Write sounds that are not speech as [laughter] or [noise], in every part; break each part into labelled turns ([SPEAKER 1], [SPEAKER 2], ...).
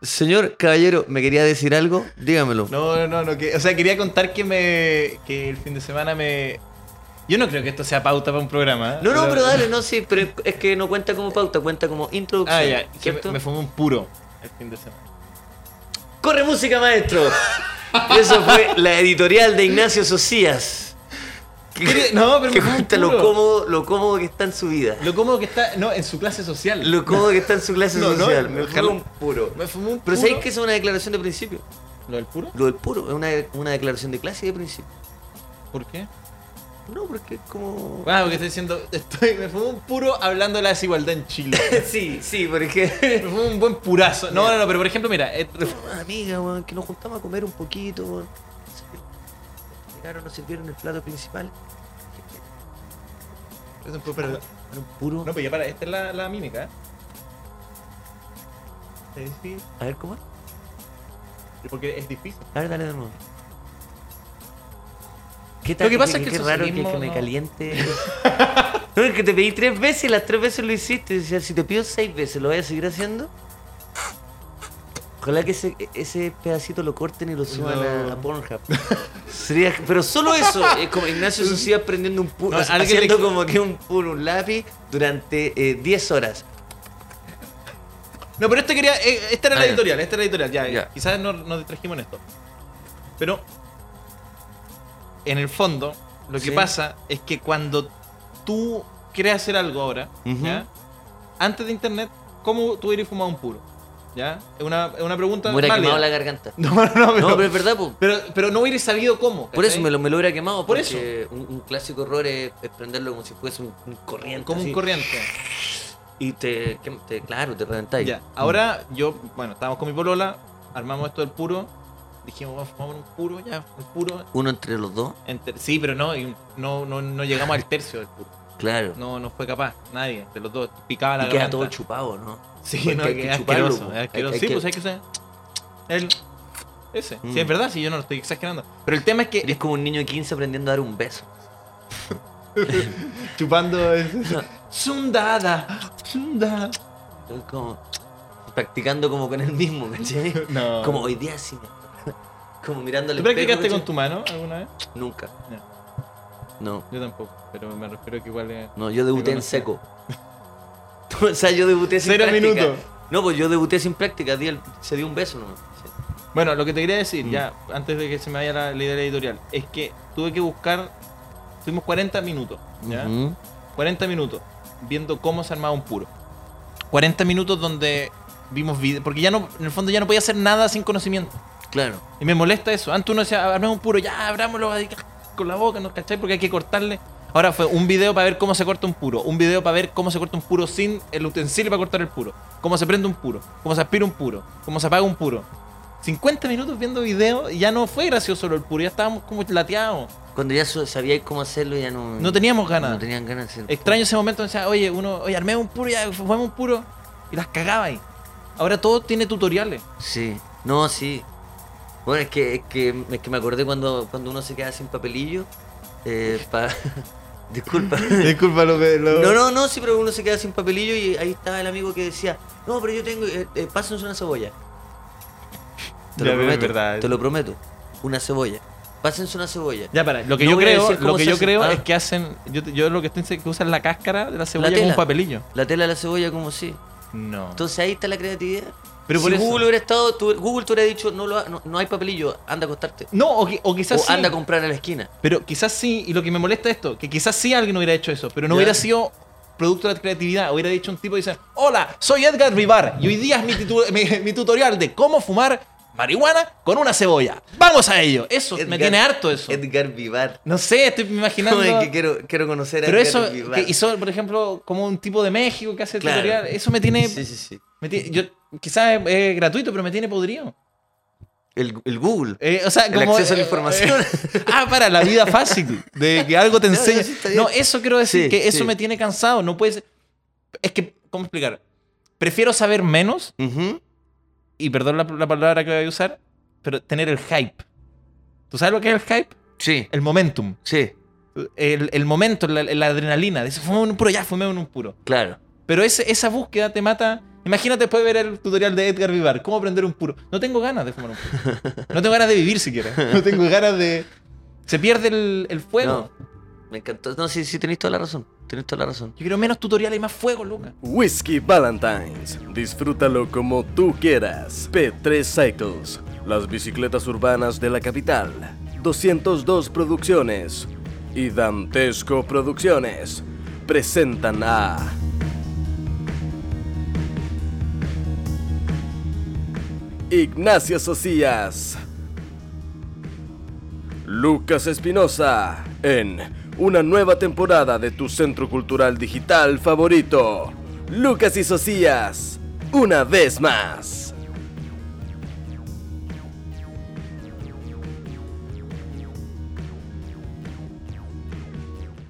[SPEAKER 1] Señor caballero, ¿me quería decir algo? Dígamelo.
[SPEAKER 2] No, no, no, no, que- o sea, quería contar que me que el fin de semana me Yo no creo que esto sea pauta para un programa. ¿eh?
[SPEAKER 1] No, no, pero dale, no, sí, pero es que no cuenta como pauta, cuenta como introducción.
[SPEAKER 2] Ah, ya, que
[SPEAKER 1] ¿cierto?
[SPEAKER 2] me, me fumé un puro el fin de semana.
[SPEAKER 1] ¡Corre música, maestro! Y eso fue la editorial de Ignacio Socias.
[SPEAKER 2] Quería- no, pero
[SPEAKER 1] que
[SPEAKER 2] me fumé un
[SPEAKER 1] cuenta lo
[SPEAKER 2] puro.
[SPEAKER 1] cómodo, lo cómodo que está en su vida.
[SPEAKER 2] Lo cómodo que está, no, en su clase social.
[SPEAKER 1] Lo cómodo que está en su clase
[SPEAKER 2] No, no,
[SPEAKER 1] social.
[SPEAKER 2] no,
[SPEAKER 1] me fumé
[SPEAKER 2] jalo-
[SPEAKER 1] un puro.
[SPEAKER 2] me fumé un
[SPEAKER 1] Pero
[SPEAKER 2] puro.
[SPEAKER 1] ¿sabéis que es una declaración de principio?
[SPEAKER 2] ¿Lo del puro?
[SPEAKER 1] Lo del puro es una, una declaración de clase y de principio.
[SPEAKER 2] ¿Por qué?
[SPEAKER 1] No, porque es como...
[SPEAKER 2] Ah, porque estoy diciendo, estoy, me fumé un puro hablando de la desigualdad en Chile.
[SPEAKER 1] [laughs] Sí, sí,
[SPEAKER 2] me
[SPEAKER 1] porque...
[SPEAKER 2] fumé un buen purazo. No, no, no, pero por ejemplo, mira, eh,
[SPEAKER 1] Amiga, weón, que nos juntamos a comer un poquito, weón. Llegaron, nos sirvieron el plato principal.
[SPEAKER 2] es un puro, pero-
[SPEAKER 1] Era un puro...
[SPEAKER 2] No, pues ya para, esta es la, la mímica. ¿eh? Es difícil.
[SPEAKER 1] A ver, ¿cómo es?
[SPEAKER 2] Porque es difícil.
[SPEAKER 1] A ver, dale de nuevo. ¿Qué
[SPEAKER 2] que pasa
[SPEAKER 1] qué-
[SPEAKER 2] es que
[SPEAKER 1] qué
[SPEAKER 2] el
[SPEAKER 1] raro que,
[SPEAKER 2] socialismo
[SPEAKER 1] que me
[SPEAKER 2] no-
[SPEAKER 1] caliente.
[SPEAKER 2] [laughs]
[SPEAKER 1] no, es que te pedí tres veces y las tres veces lo hiciste. O sea, si te pido seis veces, ¿lo voy a seguir haciendo? Ojalá que ese, ese pedacito lo corten y lo suban a,
[SPEAKER 2] No.
[SPEAKER 1] a Pornhub. [laughs] Sería, pero solo
[SPEAKER 2] [laughs]
[SPEAKER 1] eso, es como Ignacio Sucía prendiendo un puro,
[SPEAKER 2] No, alguien
[SPEAKER 1] haciendo
[SPEAKER 2] le-
[SPEAKER 1] como que un puro, un lápiz durante eh, 10 horas.
[SPEAKER 2] No, pero este quería. eh, esta
[SPEAKER 1] Ah,
[SPEAKER 2] era la
[SPEAKER 1] ya.
[SPEAKER 2] editorial, esta era la editorial, ya. eh,
[SPEAKER 1] Ya.
[SPEAKER 2] Quizás no- nos distrajimos en esto. Pero. En el fondo, lo que
[SPEAKER 1] Sí.
[SPEAKER 2] pasa es que cuando tú quieres hacer algo ahora,
[SPEAKER 1] Ujú.
[SPEAKER 2] ¿ya? Antes de internet, ¿cómo tú hubieras fumado un puro? ¿Ya? Es una, es una pregunta.
[SPEAKER 1] Me hubiera
[SPEAKER 2] válida.
[SPEAKER 1] quemado la garganta.
[SPEAKER 2] [laughs] No, no, no, pero,
[SPEAKER 1] No, pero es verdad, pues.
[SPEAKER 2] pero, pero no hubieras sabido cómo.
[SPEAKER 1] Por eso
[SPEAKER 2] ¿cachai?
[SPEAKER 1] me lo, me lo hubiera quemado.
[SPEAKER 2] Por
[SPEAKER 1] porque Un, un clásico error es, es prenderlo como si fuese un, un corriente.
[SPEAKER 2] Como
[SPEAKER 1] así,
[SPEAKER 2] un corriente.
[SPEAKER 1] Y te, que- te- Claro, te reventáis.
[SPEAKER 2] Ya, ahora yo, bueno, estábamos con mi polola, armamos esto del puro, dijimos, vamos a fumar un puro, ya, un puro.
[SPEAKER 1] Uno entre los dos.
[SPEAKER 2] Enter- sí, pero no, y no, no, no llegamos al tercio del puro.
[SPEAKER 1] Claro.
[SPEAKER 2] No, no fue capaz, nadie, de los dos, picaba la
[SPEAKER 1] y queda
[SPEAKER 2] garganta.
[SPEAKER 1] todo chupado, ¿no?
[SPEAKER 2] Sí,
[SPEAKER 1] Porque
[SPEAKER 2] no,
[SPEAKER 1] hay
[SPEAKER 2] que
[SPEAKER 1] que
[SPEAKER 2] es
[SPEAKER 1] chuparlo,
[SPEAKER 2] asqueroso,
[SPEAKER 1] po.
[SPEAKER 2] es asqueroso.
[SPEAKER 1] Hay- hay
[SPEAKER 2] Sí,
[SPEAKER 1] que-
[SPEAKER 2] pues hay que usar el... Ese,
[SPEAKER 1] Mm.
[SPEAKER 2] sí, es verdad, sí, yo no lo estoy exagerando. Pero el tema es que
[SPEAKER 1] Eres como un niño de 15 aprendiendo a dar un beso.
[SPEAKER 2] chupando es... Sundada, sundada.
[SPEAKER 1] Es como. Practicando como con el mismo, ¿cachai?
[SPEAKER 2] [laughs] No.
[SPEAKER 1] Como hoy día sí. [laughs] Como mirando al
[SPEAKER 2] ¿Tú
[SPEAKER 1] espejo,
[SPEAKER 2] practicaste con
[SPEAKER 1] ¿cachai?
[SPEAKER 2] tu mano alguna vez?
[SPEAKER 1] Nunca.
[SPEAKER 2] No.
[SPEAKER 1] No.
[SPEAKER 2] Yo tampoco, pero me refiero que igual es...
[SPEAKER 1] No, yo debuté en
[SPEAKER 2] Me conocía.
[SPEAKER 1] seco. [laughs] o sea, yo debuté sin
[SPEAKER 2] Cero
[SPEAKER 1] práctica.
[SPEAKER 2] minutos.
[SPEAKER 1] No, pues yo debuté sin práctica. di el- se dio un beso nomás. Sí.
[SPEAKER 2] Bueno, lo que te quería
[SPEAKER 1] Mm.
[SPEAKER 2] decir, ya, antes de que se me vaya la, la idea de la editorial, es que tuve que buscar, tuvimos 40 minutos, ¿ya?
[SPEAKER 1] Ujú.
[SPEAKER 2] 40 minutos, viendo cómo se armaba un puro. 40 minutos donde vimos videos, porque ya no, en el fondo ya no podía hacer nada sin conocimiento.
[SPEAKER 1] Claro.
[SPEAKER 2] Y me molesta eso. Antes uno decía, "Ah, armemos un puro, ya, abrámoslo ahí, con la boca, ¿no? ¿Cachai? Porque hay que cortarle. Ahora fue un video para ver cómo se corta un puro, un video para ver cómo se corta un puro sin el utensilio para cortar el puro, cómo se prende un puro, cómo se aspira un puro, cómo se apaga un puro. 50 minutos viendo video y ya no fue gracioso lo del puro, ya estábamos como lateados.
[SPEAKER 1] Cuando ya su- sabíais cómo hacerlo, ya no.
[SPEAKER 2] No teníamos ganas.
[SPEAKER 1] No tenían ganas de hacerlo.
[SPEAKER 2] Extraño ese momento donde decía, oye, uno, oye, armé un puro, ya, fumemos un puro y las cagaba ahí. Ahora todo tiene tutoriales.
[SPEAKER 1] Sí. No, sí. Bueno, es que, es que, es que me acordé cuando, cuando uno se queda sin papelillo.
[SPEAKER 2] [laughs]
[SPEAKER 1] Eh, pa- [laughs] Disculpa.
[SPEAKER 2] [laughs] Disculpa lo que...
[SPEAKER 1] No, no, no, sí, pero uno se queda sin papelillo y ahí estaba el amigo que decía, no, pero yo tengo, eh, eh, pásense una cebolla. Te lo
[SPEAKER 2] Ya, pero es
[SPEAKER 1] prometo,
[SPEAKER 2] verdad.
[SPEAKER 1] te lo prometo. Una cebolla. Pásense una cebolla.
[SPEAKER 2] Ya, para, lo que
[SPEAKER 1] No
[SPEAKER 2] yo
[SPEAKER 1] voy a
[SPEAKER 2] creo,
[SPEAKER 1] decir cómo
[SPEAKER 2] lo que
[SPEAKER 1] se
[SPEAKER 2] yo
[SPEAKER 1] hace.
[SPEAKER 2] creo
[SPEAKER 1] Ah.
[SPEAKER 2] es que hacen. Yo, yo lo que estoy diciendo es que usan la cáscara de la cebolla como
[SPEAKER 1] tela.
[SPEAKER 2] un papelillo.
[SPEAKER 1] La tela de la cebolla como sí.
[SPEAKER 2] No.
[SPEAKER 1] Entonces ahí está la creatividad.
[SPEAKER 2] Pero por
[SPEAKER 1] si
[SPEAKER 2] eso-
[SPEAKER 1] Google hubiera estado, tú- Google te hubiera dicho, no, lo ha- no, no hay papelillo, anda a acostarte.
[SPEAKER 2] no, o, qui- o
[SPEAKER 1] O
[SPEAKER 2] quizás sí.
[SPEAKER 1] anda a comprar a la esquina.
[SPEAKER 2] Pero quizás sí, y lo que me molesta es esto, que quizás sí alguien hubiera hecho eso, pero no
[SPEAKER 1] Ya.
[SPEAKER 2] hubiera sido producto de la creatividad. Hubiera dicho un tipo y dice, hola, soy Edgar Vivar y hoy día es mi, titu- mi- mi tutorial de cómo fumar marihuana con una cebolla. Vamos a ello. Eso, me
[SPEAKER 1] Edgar-
[SPEAKER 2] tiene harto eso.
[SPEAKER 1] Edgar Vivar.
[SPEAKER 2] no sé, estoy
[SPEAKER 1] [laughs]
[SPEAKER 2] imaginando.
[SPEAKER 1] Como de que quiero, quiero conocer a
[SPEAKER 2] pero
[SPEAKER 1] Edgar
[SPEAKER 2] eso,
[SPEAKER 1] Vivar.
[SPEAKER 2] que hizo, por ejemplo, como un tipo de México que hace
[SPEAKER 1] Claro.
[SPEAKER 2] tutorial, eso me tiene...
[SPEAKER 1] Sí, sí, sí.
[SPEAKER 2] Me tiene- yo, quizás es, es gratuito, pero me tiene podrido.
[SPEAKER 1] El, el Google.
[SPEAKER 2] Eh, o sea,
[SPEAKER 1] El
[SPEAKER 2] como,
[SPEAKER 1] acceso a la
[SPEAKER 2] eh,
[SPEAKER 1] información.
[SPEAKER 2] eh, ah, para, la vida fácil. De que algo te
[SPEAKER 1] [laughs] No, no,
[SPEAKER 2] enseñe.
[SPEAKER 1] sí, está bien.
[SPEAKER 2] No, eso quiero decir,
[SPEAKER 1] Sí,
[SPEAKER 2] que eso
[SPEAKER 1] sí.
[SPEAKER 2] me tiene cansado. No puede ser. Es que, ¿cómo explicar? Prefiero saber menos,
[SPEAKER 1] Ujú.
[SPEAKER 2] y perdón la, la palabra que voy a usar, pero tener el hype. ¿Tú sabes lo que es el hype?
[SPEAKER 1] Sí,
[SPEAKER 2] El momentum.
[SPEAKER 1] sí,
[SPEAKER 2] El, el momento, la, la adrenalina. Dices, fumé un puro, ya fumé un puro.
[SPEAKER 1] claro.
[SPEAKER 2] Pero ese- esa búsqueda te mata Imagínate después ver el tutorial de Edgar Vivar, cómo prender un puro. No tengo ganas de fumar un puro. [laughs] No tengo ganas de vivir [laughs] siquiera. No tengo ganas de. Se pierde el, el fuego.
[SPEAKER 1] Me encantó. No, sí, sí, tenéis toda la razón. Tenéis toda la razón.
[SPEAKER 2] Yo quiero menos tutoriales y más fuego, Lucas.
[SPEAKER 3] Whiskey Valentines. Disfrútalo como tú quieras. P3 Cycles. Las bicicletas urbanas de la capital. 202 Producciones y Dantesco Producciones presentan a Ignacio Socias. Lucas Espinosa en una nueva temporada de tu centro cultural digital favorito. Lucas y Socias, una vez más.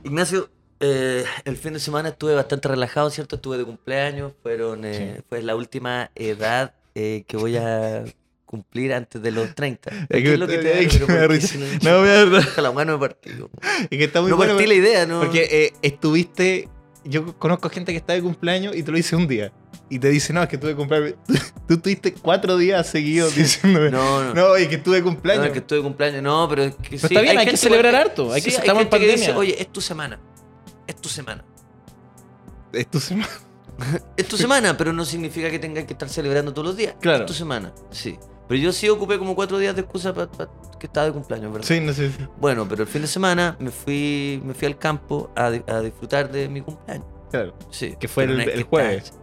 [SPEAKER 1] Ignacio, eh, el fin de semana estuve bastante relajado, ¿cierto? Estuve de cumpleaños, fueron, eh, fue la última edad eh, que voy a cumplir antes de los 30.
[SPEAKER 2] que
[SPEAKER 1] ¿Qué
[SPEAKER 2] me-
[SPEAKER 1] es lo que te
[SPEAKER 2] es que
[SPEAKER 1] pero
[SPEAKER 2] me da
[SPEAKER 1] ¿por qué
[SPEAKER 2] risa.
[SPEAKER 1] no-
[SPEAKER 2] No, me da risa.
[SPEAKER 1] Ojalá, bueno, no partí. No
[SPEAKER 2] Es que está muy bueno.
[SPEAKER 1] partí la idea, ¿no?
[SPEAKER 2] Porque eh, estuviste. Yo conozco gente que está de cumpleaños y te lo dice un día. Y te dice, no, es que tuve cumpleaños. [laughs] Tú, tú estuviste cuatro días seguidos diciéndome. [laughs] No,
[SPEAKER 1] no, no.
[SPEAKER 2] es que tuve
[SPEAKER 1] No,
[SPEAKER 2] cumpleaños.
[SPEAKER 1] es que estoy de cumpleaños. No, pero es que sí.
[SPEAKER 2] Pero está bien, hay que
[SPEAKER 1] gente
[SPEAKER 2] celebrar harto, hay que- estamos en
[SPEAKER 1] gente que
[SPEAKER 2] pandemia.
[SPEAKER 1] dice, Oye, es tu semana. Es tu semana.
[SPEAKER 2] Es tu
[SPEAKER 1] [laughs]
[SPEAKER 2] semana.
[SPEAKER 1] Es tu semana, pero no significa que tengas que estar celebrando todos los días.
[SPEAKER 2] Claro.
[SPEAKER 1] Es tu semana, sí. Pero yo sí ocupé como cuatro días de excusa para que estaba de cumpleaños, ¿verdad?
[SPEAKER 2] Sí, no sé.
[SPEAKER 1] Bueno, pero el fin de semana me fui, me fui al campo a, di- a disfrutar de mi cumpleaños.
[SPEAKER 2] Claro.
[SPEAKER 1] Sí.
[SPEAKER 2] Que fue
[SPEAKER 1] Pero
[SPEAKER 2] el-
[SPEAKER 1] es que
[SPEAKER 2] el jueves.
[SPEAKER 1] estás-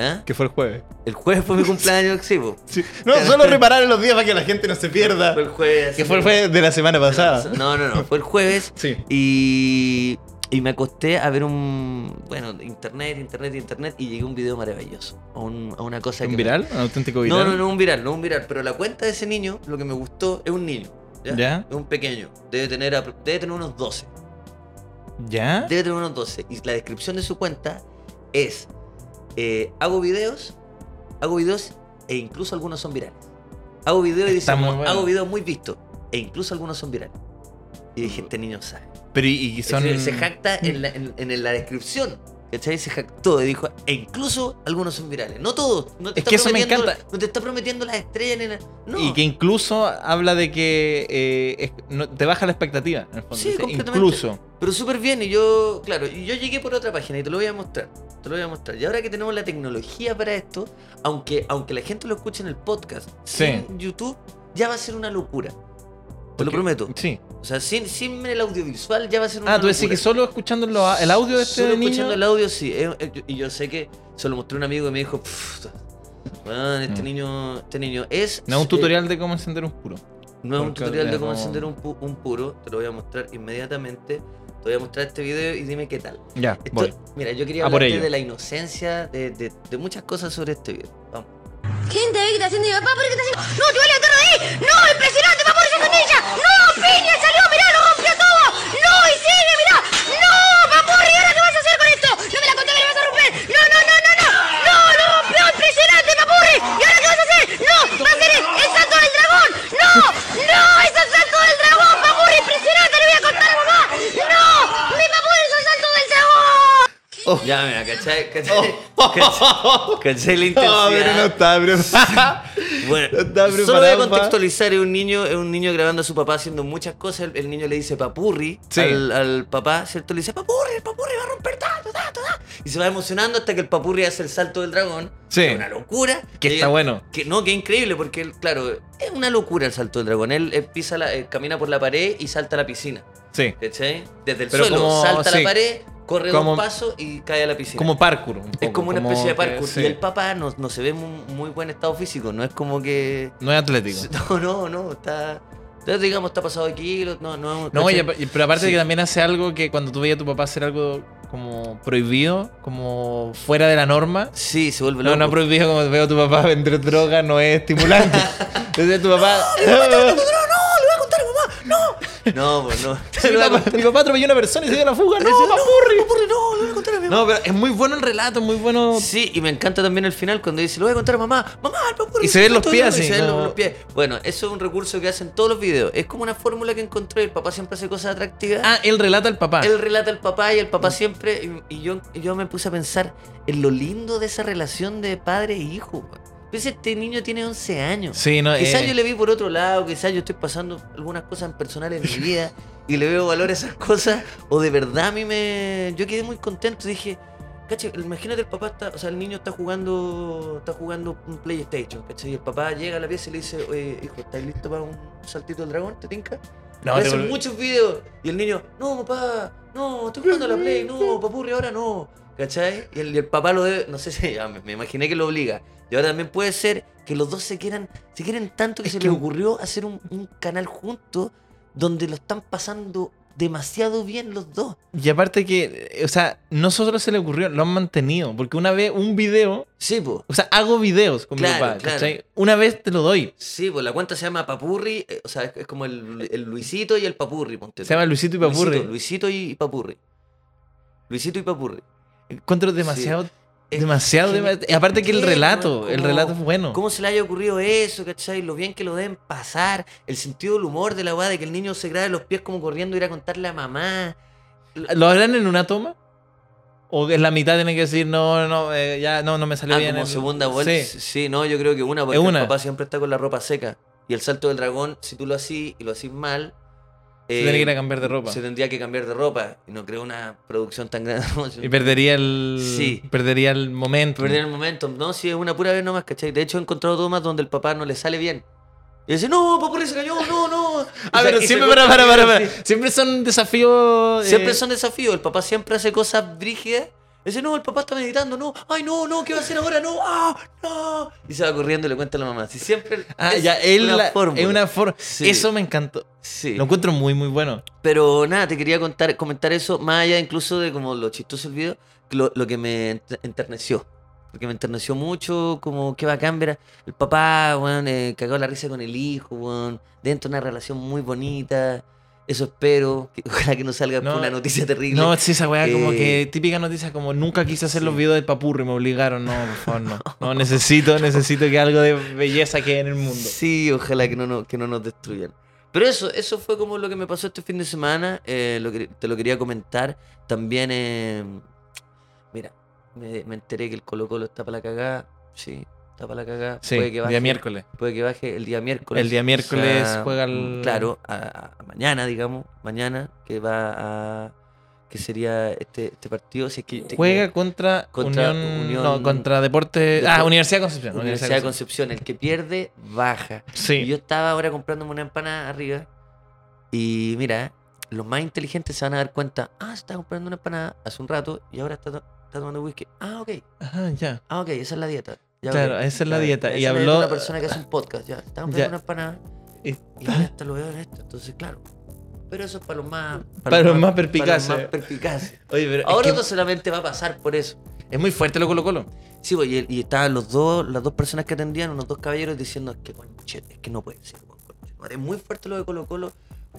[SPEAKER 1] ¿Ah?
[SPEAKER 2] Que fue el jueves.
[SPEAKER 1] El jueves fue mi cumpleaños, sí, po.
[SPEAKER 2] Sí. No, solo reparar en los días para que la gente no se pierda.
[SPEAKER 1] Fue el jueves.
[SPEAKER 2] Que fue el jueves de la semana pasada.
[SPEAKER 1] No, no, no. Fue el jueves
[SPEAKER 2] Sí.
[SPEAKER 1] y, y me acosté a ver un. Bueno, internet, internet, internet. Y llegué a un video maravilloso. A, un- a una cosa que.
[SPEAKER 2] ¿Un
[SPEAKER 1] me-
[SPEAKER 2] viral? ¿Un auténtico viral?
[SPEAKER 1] No, no, no un viral, no un viral. Pero la cuenta de ese niño, lo que me gustó, es un niño. ¿ya?
[SPEAKER 2] ¿Ya?
[SPEAKER 1] Es un pequeño. Debe tener, apro- debe tener unos 12.
[SPEAKER 2] ¿Ya?
[SPEAKER 1] Debe tener unos 12. Y la descripción de su cuenta es: eh, hago videos, hago videos e incluso algunos son virales. Hago videos y dice,
[SPEAKER 2] Está muy bueno.
[SPEAKER 1] hago videos muy vistos e incluso algunos son virales. Y dije, este niño sabe.
[SPEAKER 2] Pero y, y
[SPEAKER 1] Es
[SPEAKER 2] son...
[SPEAKER 1] decir, se jacta en la, en- en la descripción. ¿Cachai? Se jactó y dijo, e incluso algunos son virales. No todos. No te
[SPEAKER 2] Es
[SPEAKER 1] está
[SPEAKER 2] que eso me
[SPEAKER 1] prometiendo-
[SPEAKER 2] encanta.
[SPEAKER 1] No te está prometiendo las estrellas ni nada. No.
[SPEAKER 2] Y que incluso habla de que eh, es- no- te baja la expectativa. En el fondo.
[SPEAKER 1] Sí,
[SPEAKER 2] Dice,
[SPEAKER 1] completamente.
[SPEAKER 2] incluso.
[SPEAKER 1] Pero súper bien, y yo, claro, y yo llegué por otra página y te lo voy a mostrar. Te lo voy a mostrar. Y ahora que tenemos la tecnología para esto, aunque, aunque la gente lo escuche en el podcast,
[SPEAKER 2] Sí.
[SPEAKER 1] sin YouTube, ya va a ser una locura. Te lo
[SPEAKER 2] Porque-
[SPEAKER 1] prometo.
[SPEAKER 2] Sí.
[SPEAKER 1] O sea, sin, sin el audiovisual ya va a ser una
[SPEAKER 2] Ah, tú
[SPEAKER 1] locura.
[SPEAKER 2] decís que solo escuchando lo- el audio de este
[SPEAKER 1] Solo
[SPEAKER 2] niño.
[SPEAKER 1] escuchando el audio, sí. Eh, eh, yo- Y yo sé que se lo mostré a un amigo y me dijo, "Pff, man, este
[SPEAKER 2] Mm.
[SPEAKER 1] niño, este niño es...
[SPEAKER 2] No es un
[SPEAKER 1] eh,
[SPEAKER 2] tutorial de cómo encender un puro.
[SPEAKER 1] no es un
[SPEAKER 2] Porque
[SPEAKER 1] tutorial
[SPEAKER 2] ya
[SPEAKER 1] de cómo
[SPEAKER 2] no-
[SPEAKER 1] encender un, pu- un puro, te lo voy a mostrar inmediatamente. Te voy a mostrar este video y dime qué tal.
[SPEAKER 2] Ya,
[SPEAKER 1] Esto-
[SPEAKER 2] voy.
[SPEAKER 1] mira, yo quería
[SPEAKER 2] A por
[SPEAKER 1] hablarte
[SPEAKER 2] ello.
[SPEAKER 1] de la inocencia, de, de- de muchas cosas sobre este video. Vamos.
[SPEAKER 4] Gente ahí que está haciendo mi papá, ¿por qué está haciendo? ¡No, te voy a levantar de ahí! ¡No, impresionante! ¡Va por esa canilla! ¡No, Piña salió! ¡Mirá, lo rompió todo! ¡No, y sigue, mirá! ¡No, Papurri, ahora qué vas a hacer con esto! ¡No me la conté que la vas a romper! ¡No, no, no, no, no! ¡No, lo rompió! ¡Impresionante, Papurri! ¿Y ahora qué vas a hacer? ¡No, va a ser el, el salto del dragón! ¡No, no, es el salto del dragón, Papurri! ¡Impresionante, le voy a contar a mamá! ¡No, mi Papurri es el salto del dragón!
[SPEAKER 2] Oh.
[SPEAKER 1] Ya, mira,
[SPEAKER 2] [laughs]
[SPEAKER 1] ¿cachai? ¿Cachai? ¿Cachai? ¿Cachai la
[SPEAKER 2] No, Ah, pero
[SPEAKER 1] [laughs]
[SPEAKER 2] no
[SPEAKER 1] intensidad?
[SPEAKER 2] está, [laughs] pero.
[SPEAKER 1] Bueno,
[SPEAKER 2] no estaba
[SPEAKER 1] solo voy a
[SPEAKER 2] preparado, pa.
[SPEAKER 1] contextualizar, es un niño, es un niño grabando a su papá haciendo muchas cosas, el, el niño le dice papurri
[SPEAKER 2] Sí.
[SPEAKER 1] al, al papá, ¿cierto? Le dice papurri, el papurri va a romper tanto, tanto, tanto. Y se va emocionando hasta que el papurri hace el salto del dragón.
[SPEAKER 2] Sí.
[SPEAKER 1] Es una locura.
[SPEAKER 2] Que
[SPEAKER 1] Y-
[SPEAKER 2] está bueno.
[SPEAKER 1] Que, no, que es increíble, porque él, claro, es una locura el salto del dragón. Él, él pisa la- eh, camina por la pared y salta a la piscina.
[SPEAKER 2] sí.
[SPEAKER 1] ¿Cachai? Desde el
[SPEAKER 2] Pero
[SPEAKER 1] suelo,
[SPEAKER 2] como-
[SPEAKER 1] salta
[SPEAKER 2] sí.
[SPEAKER 1] la pared, corre
[SPEAKER 2] Como-
[SPEAKER 1] dos pasos y cae a la piscina.
[SPEAKER 2] Como parkour. un
[SPEAKER 1] es
[SPEAKER 2] poco,
[SPEAKER 1] como una especie de
[SPEAKER 2] que-
[SPEAKER 1] parkour.
[SPEAKER 2] sí.
[SPEAKER 1] Y el papá no, no se ve en muy, muy buen estado físico, no es como que. [laughs]
[SPEAKER 2] No es atlético.
[SPEAKER 1] No, no, no, está. está, Digamos, está pasado de kilos, no, no.
[SPEAKER 2] No,
[SPEAKER 1] ¿cachai?
[SPEAKER 2] y apa- y- pero aparte
[SPEAKER 1] Sí.
[SPEAKER 2] que también hace algo que cuando tú veías a tu papá hacer algo como prohibido, como fuera de la norma,
[SPEAKER 1] Sí, se vuelve
[SPEAKER 2] No,
[SPEAKER 1] loco.
[SPEAKER 2] no prohibido como veo a tu papá vender droga, no es estimulante. [laughs] Entonces tu papá.
[SPEAKER 1] No, pues no. pues,
[SPEAKER 2] [laughs] Mi papá atropelló a una persona y se dio a la fuga. No, papurri.
[SPEAKER 1] Papurri, no, le voy a contar a mi
[SPEAKER 2] No, pero es muy bueno el relato, es muy bueno.
[SPEAKER 1] Sí, y me encanta también el final cuando dice, lo voy a contar a mamá, mamá, el papurri
[SPEAKER 2] Y se ven los
[SPEAKER 1] todo
[SPEAKER 2] pies
[SPEAKER 1] loco", y
[SPEAKER 2] así,
[SPEAKER 1] se ven
[SPEAKER 2] no.
[SPEAKER 1] los, los pies. Bueno, eso es un recurso que hacen todos los videos. Es como una fórmula que encontré. El papá siempre hace cosas atractivas.
[SPEAKER 2] Ah, Mm. él relata al papá.
[SPEAKER 1] Él relata al papá y el papá siempre. Y, y yo, y yo me puse a pensar en lo lindo de esa relación de padre e hijo. weón. Pues este niño tiene 11 años.
[SPEAKER 2] Sí, no,
[SPEAKER 1] Quizás
[SPEAKER 2] eh.
[SPEAKER 1] yo le vi por otro lado, quizás yo estoy pasando algunas cosas personales en mi
[SPEAKER 2] [laughs]
[SPEAKER 1] vida y le veo valor a esas cosas, o de verdad a mí me. Yo quedé muy contento, dije. Cache, imagínate el papá está, o sea, el niño está jugando, está jugando un PlayStation, ¿cachai? Y el papá llega a la pieza y le dice, oye, hijo, ¿estás listo para un saltito del dragón? ¿Te tinca?
[SPEAKER 2] No,
[SPEAKER 1] Le
[SPEAKER 2] te
[SPEAKER 1] hacen
[SPEAKER 2] volví-
[SPEAKER 1] muchos videos. Y el niño, no, papá, no, estoy jugando a la Play, no, papurri, ahora no. ¿Cachai? Y el, y el papá lo debe, no sé si, ya, me, me imaginé que lo obliga. Y ahora también puede ser que los dos se quieran, se quieren tanto que
[SPEAKER 2] Es
[SPEAKER 1] se
[SPEAKER 2] que
[SPEAKER 1] les
[SPEAKER 2] un-
[SPEAKER 1] ocurrió hacer un, un canal juntos donde lo están pasando demasiado bien los dos.
[SPEAKER 2] Y aparte que, eh, o sea, no solo se le ocurrió, lo han mantenido. Porque una vez un video,
[SPEAKER 1] Sí, po.
[SPEAKER 2] o sea, hago videos con mi
[SPEAKER 1] Claro,
[SPEAKER 2] papá,
[SPEAKER 1] claro.
[SPEAKER 2] ¿cachai? Una vez te lo doy.
[SPEAKER 1] Sí, pues la cuenta se llama Papurri, eh, o sea, es, es como el, el Luisito y el Papurri, ponte
[SPEAKER 2] Se
[SPEAKER 1] tú.
[SPEAKER 2] llama Luisito y Papurri.
[SPEAKER 1] Luisito, Luisito y Papurri. Luisito y Papurri.
[SPEAKER 2] Encuentro demasiado,
[SPEAKER 1] Es
[SPEAKER 2] demasiado,
[SPEAKER 1] geni-
[SPEAKER 2] dema- y Aparte que el
[SPEAKER 1] ¿Qué,
[SPEAKER 2] relato,
[SPEAKER 1] weón?
[SPEAKER 2] el
[SPEAKER 1] ¿Cómo-
[SPEAKER 2] relato es bueno.
[SPEAKER 1] ¿Cómo se le haya ocurrido eso, cachai? Lo bien que lo deben pasar, el sentido del humor de la weá, de que el niño se grabe los pies como corriendo y ir a contarle a mamá.
[SPEAKER 2] ¿Lo harán en una toma? ¿O en la mitad tienen que decir, no, no, eh, ya, no, no me salió
[SPEAKER 1] Ah,
[SPEAKER 2] bien?
[SPEAKER 1] como
[SPEAKER 2] el-
[SPEAKER 1] segunda vuelta.
[SPEAKER 2] Sí.
[SPEAKER 1] Sí. no, yo creo que una, porque
[SPEAKER 2] Es una.
[SPEAKER 1] el papá siempre está con la ropa seca. Y el salto del dragón, si tú lo hacís y lo hacís mal. eh,
[SPEAKER 2] tiene que ir a cambiar de ropa.
[SPEAKER 1] Se tendría que cambiar de ropa. Y no creo una producción tan grande. [laughs] ¿no?
[SPEAKER 2] Y perdería el,
[SPEAKER 1] Sí.
[SPEAKER 2] perdería el momento.
[SPEAKER 1] Perder el momento. No, si es una pura vez nomás, ¿cachai? De hecho, he encontrado tomas donde el papá no le sale bien. Y dice, no, papurri se cayó, no, no.
[SPEAKER 2] [laughs]
[SPEAKER 1] Y
[SPEAKER 2] Ah,
[SPEAKER 1] se-
[SPEAKER 2] pero
[SPEAKER 1] y se
[SPEAKER 2] siempre,
[SPEAKER 1] corta
[SPEAKER 2] para,
[SPEAKER 1] el
[SPEAKER 2] para, para,
[SPEAKER 1] video
[SPEAKER 2] para.
[SPEAKER 1] así.
[SPEAKER 2] siempre son desafíos. eh,
[SPEAKER 1] Siempre son desafíos. El papá siempre hace cosas brígidas. Dice, no, el papá está meditando, no, ay, no, no, ¿qué va a hacer ahora? No, ah, no. Y se va corriendo y le cuenta a la mamá. Si siempre.
[SPEAKER 2] Ah,
[SPEAKER 1] es
[SPEAKER 2] ya, él la-
[SPEAKER 1] fórmula.
[SPEAKER 2] es una forma.
[SPEAKER 1] Sí.
[SPEAKER 2] Eso me encantó.
[SPEAKER 1] Sí.
[SPEAKER 2] Lo encuentro muy, muy bueno.
[SPEAKER 1] Pero nada, te quería contar, comentar eso, más allá incluso de como lo chistoso del video, que lo, lo que me ent- enterneció. Porque me enterneció mucho, como qué bacán ver a- el papá, weón, eh, cagado la risa con el hijo, weón, dentro de una relación muy bonita. Eso espero, que, [laughs] ojalá que no salga
[SPEAKER 2] No,
[SPEAKER 1] una noticia terrible.
[SPEAKER 2] No, sí, esa weá como
[SPEAKER 1] Eh,
[SPEAKER 2] que típica noticia, como nunca quise hacer los videos de Papurri, me obligaron, no, por
[SPEAKER 1] [laughs]
[SPEAKER 2] favor, no. No, necesito, necesito que algo de belleza quede en el mundo.
[SPEAKER 1] Sí, ojalá que no, no- que no nos destruyan. Pero eso, eso fue como lo que me pasó este fin de semana. eh, lo que- te lo quería comentar. También, eh, mira, me, me enteré que el Colo Colo está para la cagada. Sí, está para la cagada.
[SPEAKER 2] Sí,
[SPEAKER 1] puede que baje,
[SPEAKER 2] día miércoles.
[SPEAKER 1] Puede que baje el día miércoles. mm,
[SPEAKER 2] El día miércoles juega el-
[SPEAKER 1] Claro, a, a mañana, digamos. Mañana, que va a... Que sería este, este partido. Si es que,
[SPEAKER 2] Juega contra,
[SPEAKER 1] Contra
[SPEAKER 2] Unión,
[SPEAKER 1] Unión-
[SPEAKER 2] No, contra Deporte.
[SPEAKER 1] Depo-
[SPEAKER 2] ah, Universidad de Concepción.
[SPEAKER 1] Universidad de Concepción. El que pierde, baja. Y
[SPEAKER 2] Sí.
[SPEAKER 1] yo estaba ahora comprándome una empanada arriba. Y mira, los más inteligentes se van a dar cuenta. Ah, se está comprando una empanada hace un rato y ahora está, to- está tomando whisky. Ah, ok.
[SPEAKER 2] Ajá, ya.
[SPEAKER 1] Ah, ok. Esa es la dieta. Ya,
[SPEAKER 2] Claro,
[SPEAKER 1] ok,
[SPEAKER 2] esa es la
[SPEAKER 1] ya,
[SPEAKER 2] dieta.
[SPEAKER 1] esa
[SPEAKER 2] Y
[SPEAKER 1] es la
[SPEAKER 2] habló-
[SPEAKER 1] dieta de una persona que hace un podcast. Ya, está comprando
[SPEAKER 2] Ya.
[SPEAKER 1] una empanada
[SPEAKER 2] Y-
[SPEAKER 1] y ahora hasta lo veo en esto. Entonces, claro. Pero eso es para los más...
[SPEAKER 2] Para los más perspicaces.
[SPEAKER 1] para los más perspicaces.
[SPEAKER 2] Oye, pero es
[SPEAKER 1] Ahora
[SPEAKER 2] que
[SPEAKER 1] no solamente va a pasar por eso.
[SPEAKER 2] es muy fuerte lo Colo Colo.
[SPEAKER 1] Sí, pues, y, y estaban los dos, las dos personas que atendían, unos dos caballeros diciendo es que conche, es que no puede ser. weón, conche tu madre". Es muy fuerte lo de Colo Colo,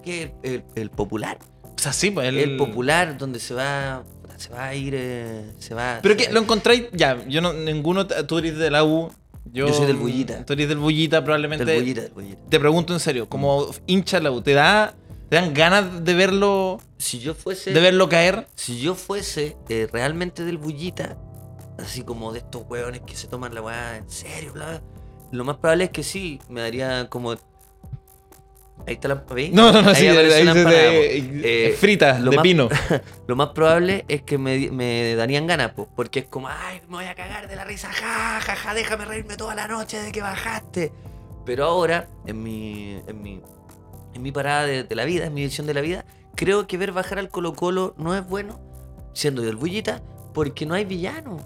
[SPEAKER 1] que el, el- el popular,
[SPEAKER 2] O sea, sí, pues
[SPEAKER 1] el,
[SPEAKER 2] el,
[SPEAKER 1] popular donde se va, puta, se va a ir, eh, se va.
[SPEAKER 2] Pero
[SPEAKER 1] se
[SPEAKER 2] que
[SPEAKER 1] va-
[SPEAKER 2] lo encontráis, ya, yo no, ninguno, tú eres de la U, yo,
[SPEAKER 1] Yo soy del Bullita.
[SPEAKER 2] Tú eres del Bullita, probablemente.
[SPEAKER 1] del bullita, del bullita.
[SPEAKER 2] Te pregunto en serio, como hincha de la U, ¿te, da, ¿te dan ganas de verlo,
[SPEAKER 1] Si yo fuese,
[SPEAKER 2] de verlo caer?
[SPEAKER 1] si yo fuese eh, realmente del bullita, así como de estos hueones que se toman la weá en serio, bla, bla, lo más probable es que sí, me daría como. Ahí está la. ¿veis?
[SPEAKER 2] No, no, no,
[SPEAKER 1] Ahí
[SPEAKER 2] sí,
[SPEAKER 1] apareció
[SPEAKER 2] ahí
[SPEAKER 1] la
[SPEAKER 2] se
[SPEAKER 1] empanada,
[SPEAKER 2] te-
[SPEAKER 1] po. Eh,
[SPEAKER 2] es frita, de
[SPEAKER 1] más-
[SPEAKER 2] pino.
[SPEAKER 1] [laughs] lo más probable es que me, di- me darían ganas, po, porque es como, ay, me voy a cagar de la risa, ja, ja, ja, déjame reírme toda la noche de que bajaste. Pero ahora, en mi, en mi, en mi parada de, de la vida, en mi visión de la vida, creo que ver bajar al Colo Colo no es bueno, siendo yo el bullita, porque no hay villano.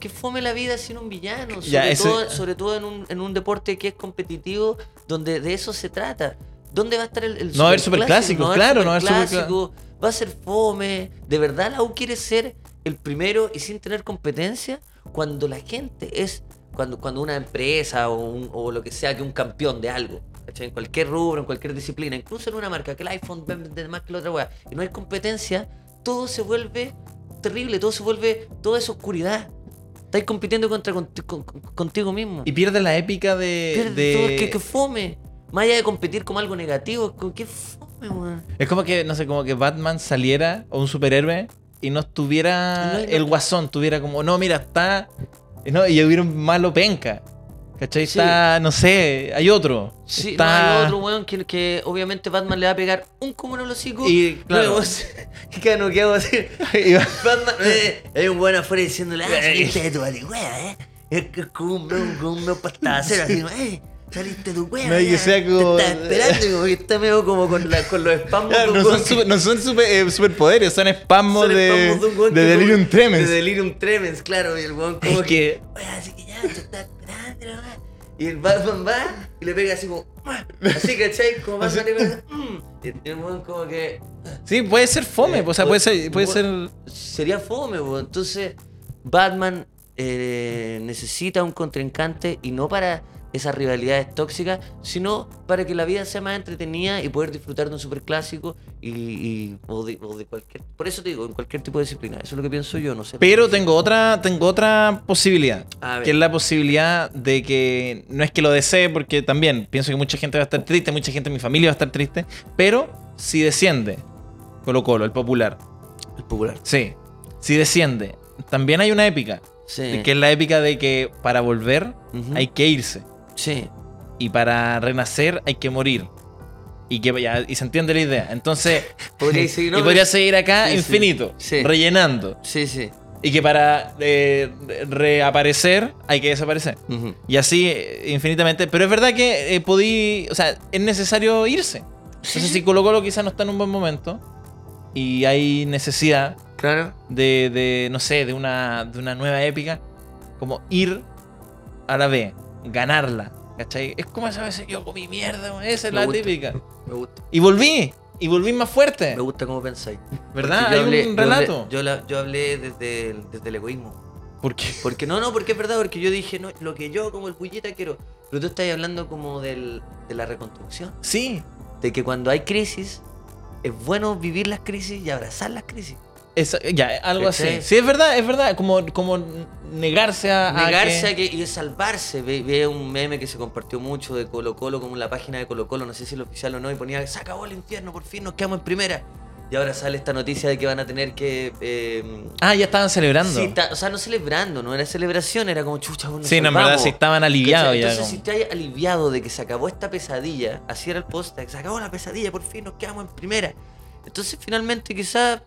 [SPEAKER 1] Que fome la vida sin un villano, sobre,
[SPEAKER 2] Ya, ese-
[SPEAKER 1] todo, sobre todo en un, en un deporte que es competitivo, donde de eso se trata. ¿Dónde va a estar el, el
[SPEAKER 2] No va a haber superclásico, claro, no va a haber
[SPEAKER 1] superclásico, Va a ser fome. ¿De verdad la U quiere ser el primero y sin tener competencia? Cuando la gente es. Cuando, cuando una empresa o, un- o lo que sea que un campeón de algo, ¿cachai? en cualquier rubro, en cualquier disciplina, incluso en una marca, que el iPhone vende más que la otra weá, y no hay competencia, todo se vuelve terrible, todo se vuelve, toda esa oscuridad. Estáis compitiendo contra conti- con- con- contigo mismo.
[SPEAKER 2] Y pierde la épica de.
[SPEAKER 1] Pierde
[SPEAKER 2] de-
[SPEAKER 1] todo, que, que fome. Más allá de competir como algo negativo, con qué fome, weón.
[SPEAKER 2] Es como que, no sé, como que Batman saliera o un superhéroe y no estuviera
[SPEAKER 1] Y no- y no-
[SPEAKER 2] el guasón, tuviera como, no, mira, está. y No, y hubiera un malo penca. ¿Cachai?
[SPEAKER 1] Sí.
[SPEAKER 2] Está, no sé, hay otro.
[SPEAKER 1] Sí,
[SPEAKER 2] Está-
[SPEAKER 1] no,
[SPEAKER 2] [laughs]
[SPEAKER 1] hay otro weón que, que obviamente Batman le va a pegar un común en el hocico.
[SPEAKER 2] Y, claro.
[SPEAKER 1] Luego [laughs] se- y queda noqueado así.
[SPEAKER 2] Y va-
[SPEAKER 1] Batman, eh, hay un weón afuera diciéndole, ah, saliste de tu hueva, eh. Es que con un bro- con un bro pastacero, así, eh. Saliste de tu hueva.
[SPEAKER 2] No, y que
[SPEAKER 1] ya.
[SPEAKER 2] sea como-
[SPEAKER 1] Te estaba esperando, y como que está medio como con, la- con los espasmos de un
[SPEAKER 2] no
[SPEAKER 1] weón
[SPEAKER 2] son,
[SPEAKER 1] que-
[SPEAKER 2] super, no son super- eh, superpoderes, son espasmos
[SPEAKER 1] son
[SPEAKER 2] de,
[SPEAKER 1] espasmos un weón
[SPEAKER 2] de
[SPEAKER 1] que
[SPEAKER 2] delirium
[SPEAKER 1] como-
[SPEAKER 2] tremens.
[SPEAKER 1] De delirium tremens, claro. Y el weón como
[SPEAKER 2] Es
[SPEAKER 1] que...
[SPEAKER 2] que-
[SPEAKER 1] "Oiga, así que ya, te está esperando, la weá". Y el Batman va y le pega así como... "Mua". Así, ¿cachai? Como Batman le pega... "Mm". Y el weón como que...
[SPEAKER 2] Sí, puede ser
[SPEAKER 1] Eh,
[SPEAKER 2] fome, o sea, puede ser. Puede ser
[SPEAKER 1] Sería fome, weón. Entonces, Batman eh, necesita un contrincante y no para esas rivalidades tóxicas, sino para que la vida sea más entretenida y poder disfrutar de un superclásico y, y- o, de, o de cualquier... Por eso te digo, en cualquier tipo de disciplina. Eso es lo que pienso yo, no sé.
[SPEAKER 2] Pero tengo otra, tengo otra posibilidad,
[SPEAKER 1] A ver.
[SPEAKER 2] que es la posibilidad de que no es que lo desee, porque también pienso que mucha gente va a estar triste, mucha gente de mi familia va a estar triste, pero si desciende, Colo Colo, el popular,
[SPEAKER 1] El popular.
[SPEAKER 2] sí, si desciende, también hay una épica,
[SPEAKER 1] Sí.
[SPEAKER 2] que es la épica de que para volver
[SPEAKER 1] Ujú.
[SPEAKER 2] hay que irse
[SPEAKER 1] Sí.
[SPEAKER 2] y para renacer hay que morir. Y, que, ya- y se entiende la idea. Entonces,
[SPEAKER 1] [laughs]
[SPEAKER 2] [laughs]
[SPEAKER 1] Podría seguir, ¿no?
[SPEAKER 2] y podría seguir acá
[SPEAKER 1] Sí, sí.
[SPEAKER 2] infinito,
[SPEAKER 1] Sí.
[SPEAKER 2] rellenando.
[SPEAKER 1] Sí, sí.
[SPEAKER 2] Y que para eh, re- reaparecer hay que desaparecer.
[SPEAKER 1] Ujú.
[SPEAKER 2] Y así eh, infinitamente. Pero es verdad que eh, podí. O sea, es necesario irse. Entonces, si Colo Colo quizás no está en un buen momento y hay necesidad
[SPEAKER 1] Claro.
[SPEAKER 2] de, de, no sé, de una, de una nueva épica, como ir a la B, ganarla. ¿Cachai? Es como esa vez yo comí mierda, weón, esa es
[SPEAKER 1] Me
[SPEAKER 2] la
[SPEAKER 1] gusta.
[SPEAKER 2] típica.
[SPEAKER 1] Me gusta.
[SPEAKER 2] Y volví, y volví más fuerte.
[SPEAKER 1] Me gusta cómo pensáis.
[SPEAKER 2] ¿Verdad?
[SPEAKER 1] Porque
[SPEAKER 2] Hay
[SPEAKER 1] yo hablé-
[SPEAKER 2] un
[SPEAKER 1] yo hablé-
[SPEAKER 2] relato.
[SPEAKER 1] Yo, la- yo hablé desde el- desde el egoísmo.
[SPEAKER 2] ¿Por qué?
[SPEAKER 1] Porque no, no, porque es verdad, porque yo dije, no, lo que yo como el pullita quiero. Pero tú estás hablando como del, de la reconstrucción.
[SPEAKER 2] Sí,
[SPEAKER 1] De que cuando hay crisis, es bueno vivir las crisis y abrazar las crisis.
[SPEAKER 2] Esa- ya, algo así.
[SPEAKER 1] ¿Cachai?
[SPEAKER 2] Sí, es verdad, es verdad. Como, como negarse a. a
[SPEAKER 1] Negarse
[SPEAKER 2] que-
[SPEAKER 1] a que, y salvarse. Ve, ve un meme que se compartió mucho de Colo Colo, como en la página de Colo Colo, no sé si es lo oficial o no, y ponía, se acabó el infierno, por fin nos quedamos en primera. Y ahora sale esta noticia de que van a tener que... eh,
[SPEAKER 2] Ah, ya estaban celebrando.
[SPEAKER 1] Sí, ta- o sea, no celebrando, no era celebración, era como chucha, bueno,
[SPEAKER 2] Sí, no, en verdad sí estaban aliviados ya.
[SPEAKER 1] Entonces, si
[SPEAKER 2] como-
[SPEAKER 1] estás aliviado de que se acabó esta pesadilla, así era el post se acabó la pesadilla, por fin nos quedamos en primera. Entonces, finalmente, quizás,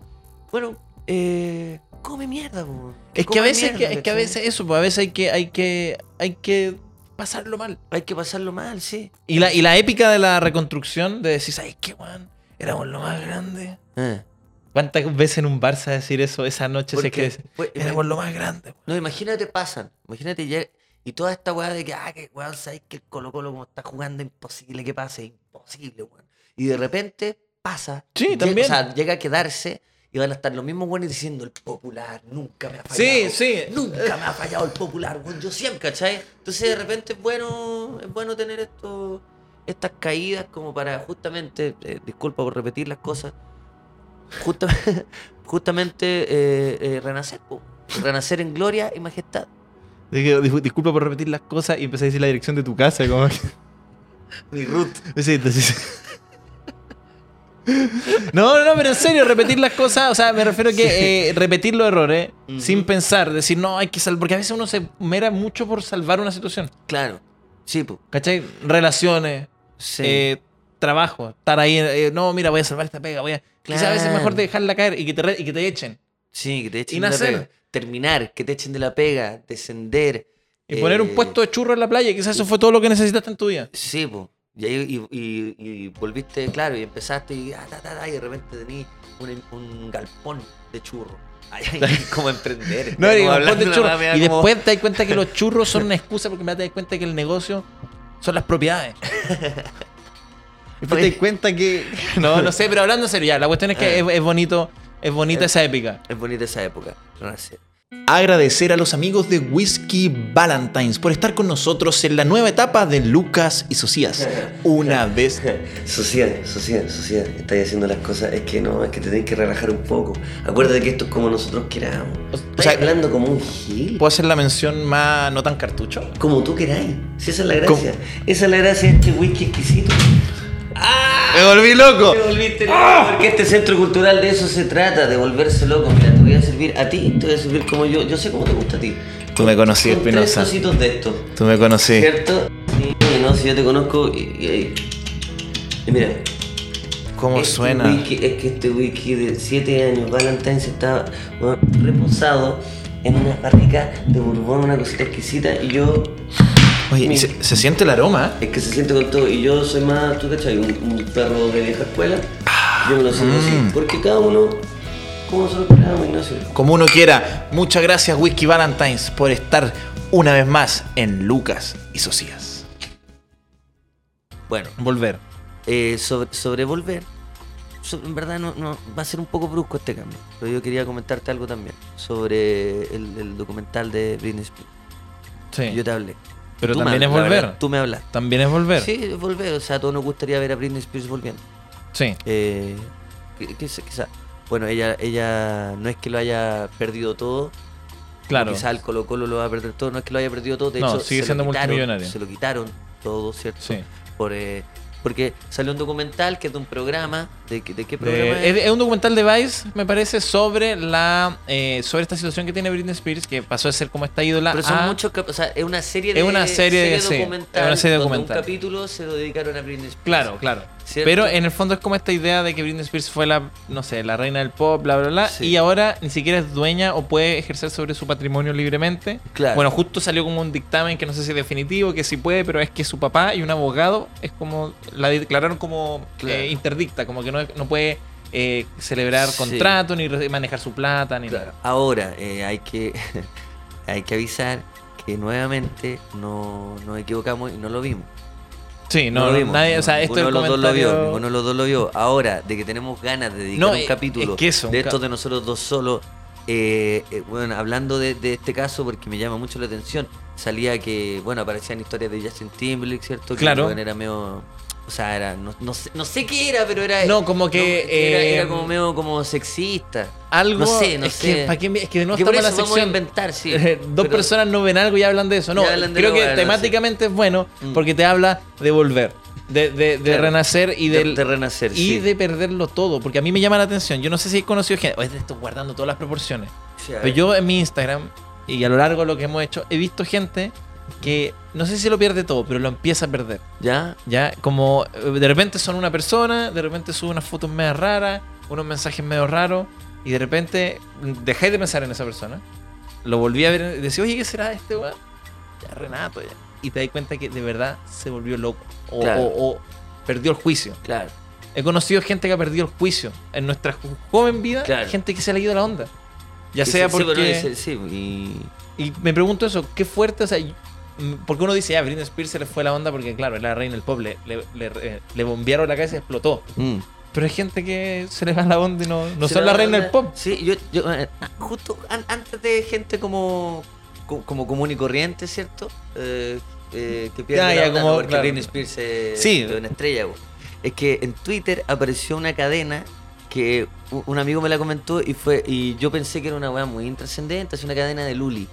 [SPEAKER 1] bueno, eh, come mierda, po.
[SPEAKER 2] Es que a
[SPEAKER 1] coma
[SPEAKER 2] veces,
[SPEAKER 1] mierda,
[SPEAKER 2] que- es que a
[SPEAKER 1] ¿cachai?
[SPEAKER 2] veces eso, pues a veces hay que, hay que, hay que pasarlo mal.
[SPEAKER 1] Hay que pasarlo mal, sí.
[SPEAKER 2] Y la, y la épica de la reconstrucción de decir, ¿sabes qué, weón? Éramos lo más grande. ¿Cuántas veces en un bar se va a decir eso esa noche? Si es
[SPEAKER 1] Porque,
[SPEAKER 2] que dice,
[SPEAKER 1] pues,
[SPEAKER 2] éramos lo más grande. weón".
[SPEAKER 1] No, imagínate, pasan. Imagínate ya. Y toda esta weá de que, ah, que weón, sabéis que el Colo Colo como está jugando, imposible que pase, imposible, weón. Y de repente pasa.
[SPEAKER 2] Sí,
[SPEAKER 1] llega-
[SPEAKER 2] también.
[SPEAKER 1] O sea, llega a quedarse y van a estar los mismos weones diciendo, el popular nunca me ha fallado.
[SPEAKER 2] Sí, sí.
[SPEAKER 1] Nunca me ha fallado el popular, weón. Yo siempre, ¿cachai? Entonces de repente es bueno, es bueno tener esto, estas caídas como para justamente, eh, disculpa por repetir las cosas, justa- [laughs] justamente eh, eh, renacer, po. renacer en gloria y majestad.
[SPEAKER 2] Digo, "Dis- Disculpa por repetir las cosas y empecé a decir la dirección de tu casa. Como que-
[SPEAKER 1] Mi Ruth.
[SPEAKER 2] Sí, sí, sí. No, no, no, pero en serio, repetir las cosas, o sea, me refiero que eh, repetir los errores
[SPEAKER 1] Ujú.
[SPEAKER 2] sin pensar, decir, no, hay que salvar, porque a veces uno se mera mucho por salvar una situación,
[SPEAKER 1] Claro. Sí, po.
[SPEAKER 2] ¿cachai? Relaciones,
[SPEAKER 1] Sí.
[SPEAKER 2] eh, trabajo, estar ahí, eh, no, mira, voy a salvar esta pega, voy a... Quizás a veces es mejor
[SPEAKER 1] Claro.
[SPEAKER 2] dejarla caer y que te, re- y que te echen.
[SPEAKER 1] sí, que te echen
[SPEAKER 2] y
[SPEAKER 1] de la
[SPEAKER 2] nacer.
[SPEAKER 1] pega. Terminar, que te echen de la pega, descender.
[SPEAKER 2] Y poner un
[SPEAKER 1] eh,
[SPEAKER 2] puesto de churro en la playa, quizás eso fue todo lo que necesitaste en tu vida.
[SPEAKER 1] Sí, po. Y, ahí, y, y- y volviste, claro, y empezaste y, ah, ta, ta, ta, y de repente tenías un, un galpón de churro. [laughs] Ay, ay,
[SPEAKER 2] [laughs]
[SPEAKER 1] como emprender.
[SPEAKER 2] No,
[SPEAKER 1] Como
[SPEAKER 2] digo,
[SPEAKER 1] hablando
[SPEAKER 2] ponte
[SPEAKER 1] una
[SPEAKER 2] churro.
[SPEAKER 1] wea
[SPEAKER 2] Y
[SPEAKER 1] como-
[SPEAKER 2] después te das cuenta que los churros son una excusa porque me das cuenta que el negocio son las propiedades.
[SPEAKER 1] [laughs]
[SPEAKER 2] Después te das cuenta que. No, no sé,
[SPEAKER 1] Eh.
[SPEAKER 2] pero hablando en serio, ya, la cuestión es que es, es bonito, es bonita esa épica.
[SPEAKER 1] Es bonita esa época, renacer.
[SPEAKER 2] Agradecer a los amigos de Whiskey Valentines por estar con nosotros en la nueva etapa de Lucas y Socias. Una vez.
[SPEAKER 1] Sociedad, sociedad, sociedad. Estáis haciendo las cosas. Es que no, es que te tenés que relajar un poco. Acuérdate que esto es como nosotros queramos.
[SPEAKER 2] O
[SPEAKER 1] Estás
[SPEAKER 2] sea,
[SPEAKER 1] hablando como un gil.
[SPEAKER 2] ¿Puedo hacer la mención más no tan cartucho?
[SPEAKER 1] Como tú queráis. Si esa es la
[SPEAKER 2] Como-
[SPEAKER 1] gracia. Esa es la gracia de este whisky exquisito. ¡Ah!
[SPEAKER 2] ¡Me volví loco! ¡Ah!
[SPEAKER 1] Te volviste loco, Porque este centro cultural de eso se trata, de volverse loco. Mira, te voy a servir a ti, te voy a servir como yo. Yo sé cómo te gusta a ti.
[SPEAKER 2] Tú me conocí,
[SPEAKER 1] Son tres
[SPEAKER 2] Espinosa.
[SPEAKER 1] cositos de estos.
[SPEAKER 2] Tú me conocí.
[SPEAKER 1] ¿Cierto? Sí, no, si yo te conozco y, y- y mira.
[SPEAKER 2] ¿Cómo
[SPEAKER 1] este
[SPEAKER 2] suena?
[SPEAKER 1] whisky- es que este wiki de 7 años, Valentine, se está bueno, reposado en una barrica de Bourbon, una cosita exquisita, y yo...
[SPEAKER 2] Oye,
[SPEAKER 1] mi-
[SPEAKER 2] ¿y se, se siente el aroma?
[SPEAKER 1] es que se siente con todo. Y yo soy más, tú cachai, un, un perro de vieja escuela. Yo me lo siento
[SPEAKER 2] Mm.
[SPEAKER 1] así. Porque cada uno, como nosotros esperábamos, Ignacio.
[SPEAKER 2] Como uno quiera. Muchas gracias, Whiskey Valentines, por estar una vez más en Lucas y Socias.
[SPEAKER 1] Bueno,
[SPEAKER 2] Volver.
[SPEAKER 1] eh, sobre, sobre volver, so- en verdad no, no- va a ser un poco brusco este cambio, pero yo quería comentarte algo también sobre el, el documental de Britney Spears.
[SPEAKER 2] Sí.
[SPEAKER 1] Yo te hablé.
[SPEAKER 2] Pero
[SPEAKER 1] me
[SPEAKER 2] también es
[SPEAKER 1] hablas, la
[SPEAKER 2] volver.
[SPEAKER 1] verdad, tú me hablaste.
[SPEAKER 2] También es volver.
[SPEAKER 1] Sí, volver, o sea, a todos nos gustaría ver a Britney Spears volviendo.
[SPEAKER 2] Sí.
[SPEAKER 1] Eh, qui- quizá, quizá- Bueno, ella, ella no es que lo haya perdido todo,
[SPEAKER 2] Claro.
[SPEAKER 1] quizá el Colo Colo lo va a perder todo, no es que lo haya perdido todo, de
[SPEAKER 2] No,
[SPEAKER 1] hecho
[SPEAKER 2] sigue
[SPEAKER 1] se,
[SPEAKER 2] siendo
[SPEAKER 1] lo quitaron,
[SPEAKER 2] multimillonario.
[SPEAKER 1] se lo quitaron todo, ¿cierto?
[SPEAKER 2] Sí.
[SPEAKER 1] por, eh, porque salió un documental que es de un programa de, que- de qué programa
[SPEAKER 2] Eh,
[SPEAKER 1] es?
[SPEAKER 2] es, es un documental de Vice, me parece, sobre la eh, sobre esta situación que tiene Britney Spears, que pasó de ser como esta ídola.
[SPEAKER 1] pero son
[SPEAKER 2] a-
[SPEAKER 1] muchos cap- o sea es una serie de
[SPEAKER 2] Ah, Es una serie de- sí,
[SPEAKER 1] documental
[SPEAKER 2] es una serie
[SPEAKER 1] donde
[SPEAKER 2] documental.
[SPEAKER 1] un capítulo se lo dedicaron a Britney Spears
[SPEAKER 2] Claro, claro.
[SPEAKER 1] ¿Cierto?
[SPEAKER 2] Pero en el fondo es como esta idea de que Britney Spears fue la, no sé, la reina del pop, bla, bla, bla,
[SPEAKER 1] Sí.
[SPEAKER 2] y ahora ni siquiera es dueña o puede ejercer sobre su patrimonio libremente.
[SPEAKER 1] Claro.
[SPEAKER 2] Bueno, justo salió como un dictamen que no sé si es definitivo, que sí puede, pero es que su papá y un abogado es como, la declararon como
[SPEAKER 1] Claro.
[SPEAKER 2] eh, interdicta, como que no, no puede eh, celebrar
[SPEAKER 1] Sí.
[SPEAKER 2] contrato, ni re- manejar su plata, ni
[SPEAKER 1] Claro.
[SPEAKER 2] nada.
[SPEAKER 1] ahora eh, hay que [laughs] hay que avisar que nuevamente no nos equivocamos y no lo vimos
[SPEAKER 2] Sí,
[SPEAKER 1] lo
[SPEAKER 2] no,
[SPEAKER 1] vimos.
[SPEAKER 2] nadie, o sea,
[SPEAKER 1] No,
[SPEAKER 2] esto es
[SPEAKER 1] ninguno
[SPEAKER 2] el
[SPEAKER 1] de los dos lo
[SPEAKER 2] comentario-
[SPEAKER 1] vio ninguno de los dos lo vio ahora de que tenemos ganas de dedicar
[SPEAKER 2] No,
[SPEAKER 1] un
[SPEAKER 2] eh,
[SPEAKER 1] capítulo
[SPEAKER 2] es que eso, un
[SPEAKER 1] de
[SPEAKER 2] ca-
[SPEAKER 1] estos de nosotros dos solos eh, eh, bueno hablando de, de este caso porque me llama mucho la atención salía que bueno aparecían historias de Justin Timberlake cierto que
[SPEAKER 2] Claro.
[SPEAKER 1] el weón era medio o sea era no, no sé, no sé qué era pero era
[SPEAKER 2] No, como que,
[SPEAKER 1] era, era
[SPEAKER 2] eh,
[SPEAKER 1] como medio como sexista
[SPEAKER 2] Algo,
[SPEAKER 1] no sé no
[SPEAKER 2] es
[SPEAKER 1] sé
[SPEAKER 2] Que, ¿pa' qué me- es que de nuevo
[SPEAKER 1] que por
[SPEAKER 2] estamos en
[SPEAKER 1] eso
[SPEAKER 2] la
[SPEAKER 1] vamos a
[SPEAKER 2] sección.
[SPEAKER 1] inventar sí
[SPEAKER 2] Eh, [laughs] Dos
[SPEAKER 1] pero-
[SPEAKER 2] personas no ven algo y hablan de eso. No,
[SPEAKER 1] Y hablan de
[SPEAKER 2] creo
[SPEAKER 1] lo
[SPEAKER 2] que
[SPEAKER 1] bueno,
[SPEAKER 2] temáticamente es bueno
[SPEAKER 1] Mm.
[SPEAKER 2] porque te habla de volver, de, de- de
[SPEAKER 1] Claro.
[SPEAKER 2] renacer y
[SPEAKER 1] de,
[SPEAKER 2] del.
[SPEAKER 1] de renacer
[SPEAKER 2] y
[SPEAKER 1] sí.
[SPEAKER 2] de perderlo todo, porque a mí me llama la atención. Yo no sé si he conocido gente, o es de esto guardando todas las proporciones.
[SPEAKER 1] Sí, a
[SPEAKER 2] Pero
[SPEAKER 1] ver.
[SPEAKER 2] pues yo en mi Instagram y a lo largo de lo que hemos hecho, he visto gente que no sé si lo pierde todo, pero lo empieza a perder.
[SPEAKER 1] ya
[SPEAKER 2] Ya, como eh, de repente son una persona, de repente suben unas fotos medio raras, unos mensajes medio raros, y de repente dejáis de pensar en esa persona. Lo volví a ver y decís, oye, ¿qué será este weón? Ya, Renato, ya. Y te das cuenta que de verdad se volvió loco. O,
[SPEAKER 1] Claro.
[SPEAKER 2] o- o perdió el juicio.
[SPEAKER 1] claro
[SPEAKER 2] He conocido gente que ha perdido el juicio. En nuestra ju- joven vida,
[SPEAKER 1] Claro.
[SPEAKER 2] gente que se le ha ido la onda. Ya
[SPEAKER 1] Sí,
[SPEAKER 2] sea
[SPEAKER 1] sí, sí, pero
[SPEAKER 2] porque.
[SPEAKER 1] ese- sí, y-
[SPEAKER 2] Y me pregunto eso, qué fuerte, o sea, y- mm, porque uno dice, ah, Britney Spears se le fue la onda porque, claro, era la reina del pop, le, le, le- eh, le bombearon la cabeza y explotó.
[SPEAKER 1] Mm.
[SPEAKER 2] Pero hay gente que se le va la onda y no, no
[SPEAKER 1] Se
[SPEAKER 2] son
[SPEAKER 1] la
[SPEAKER 2] la reina del
[SPEAKER 1] verdad-
[SPEAKER 2] pop.
[SPEAKER 1] Sí, yo, yo, eh, justo an- antes de gente como, co- como común y corriente, ¿cierto? Eh, eh, que pierde
[SPEAKER 2] Ya,
[SPEAKER 1] la
[SPEAKER 2] ya,
[SPEAKER 1] onda,
[SPEAKER 2] como-
[SPEAKER 1] ¿no? porque
[SPEAKER 2] claro.
[SPEAKER 1] Britney Spears es
[SPEAKER 2] Sí.
[SPEAKER 1] es una estrella. bo. Es que en Twitter apareció una cadena que u- un amigo me la comentó y fue y yo pensé que era una weá muy intrascendente, es una cadena de Luli.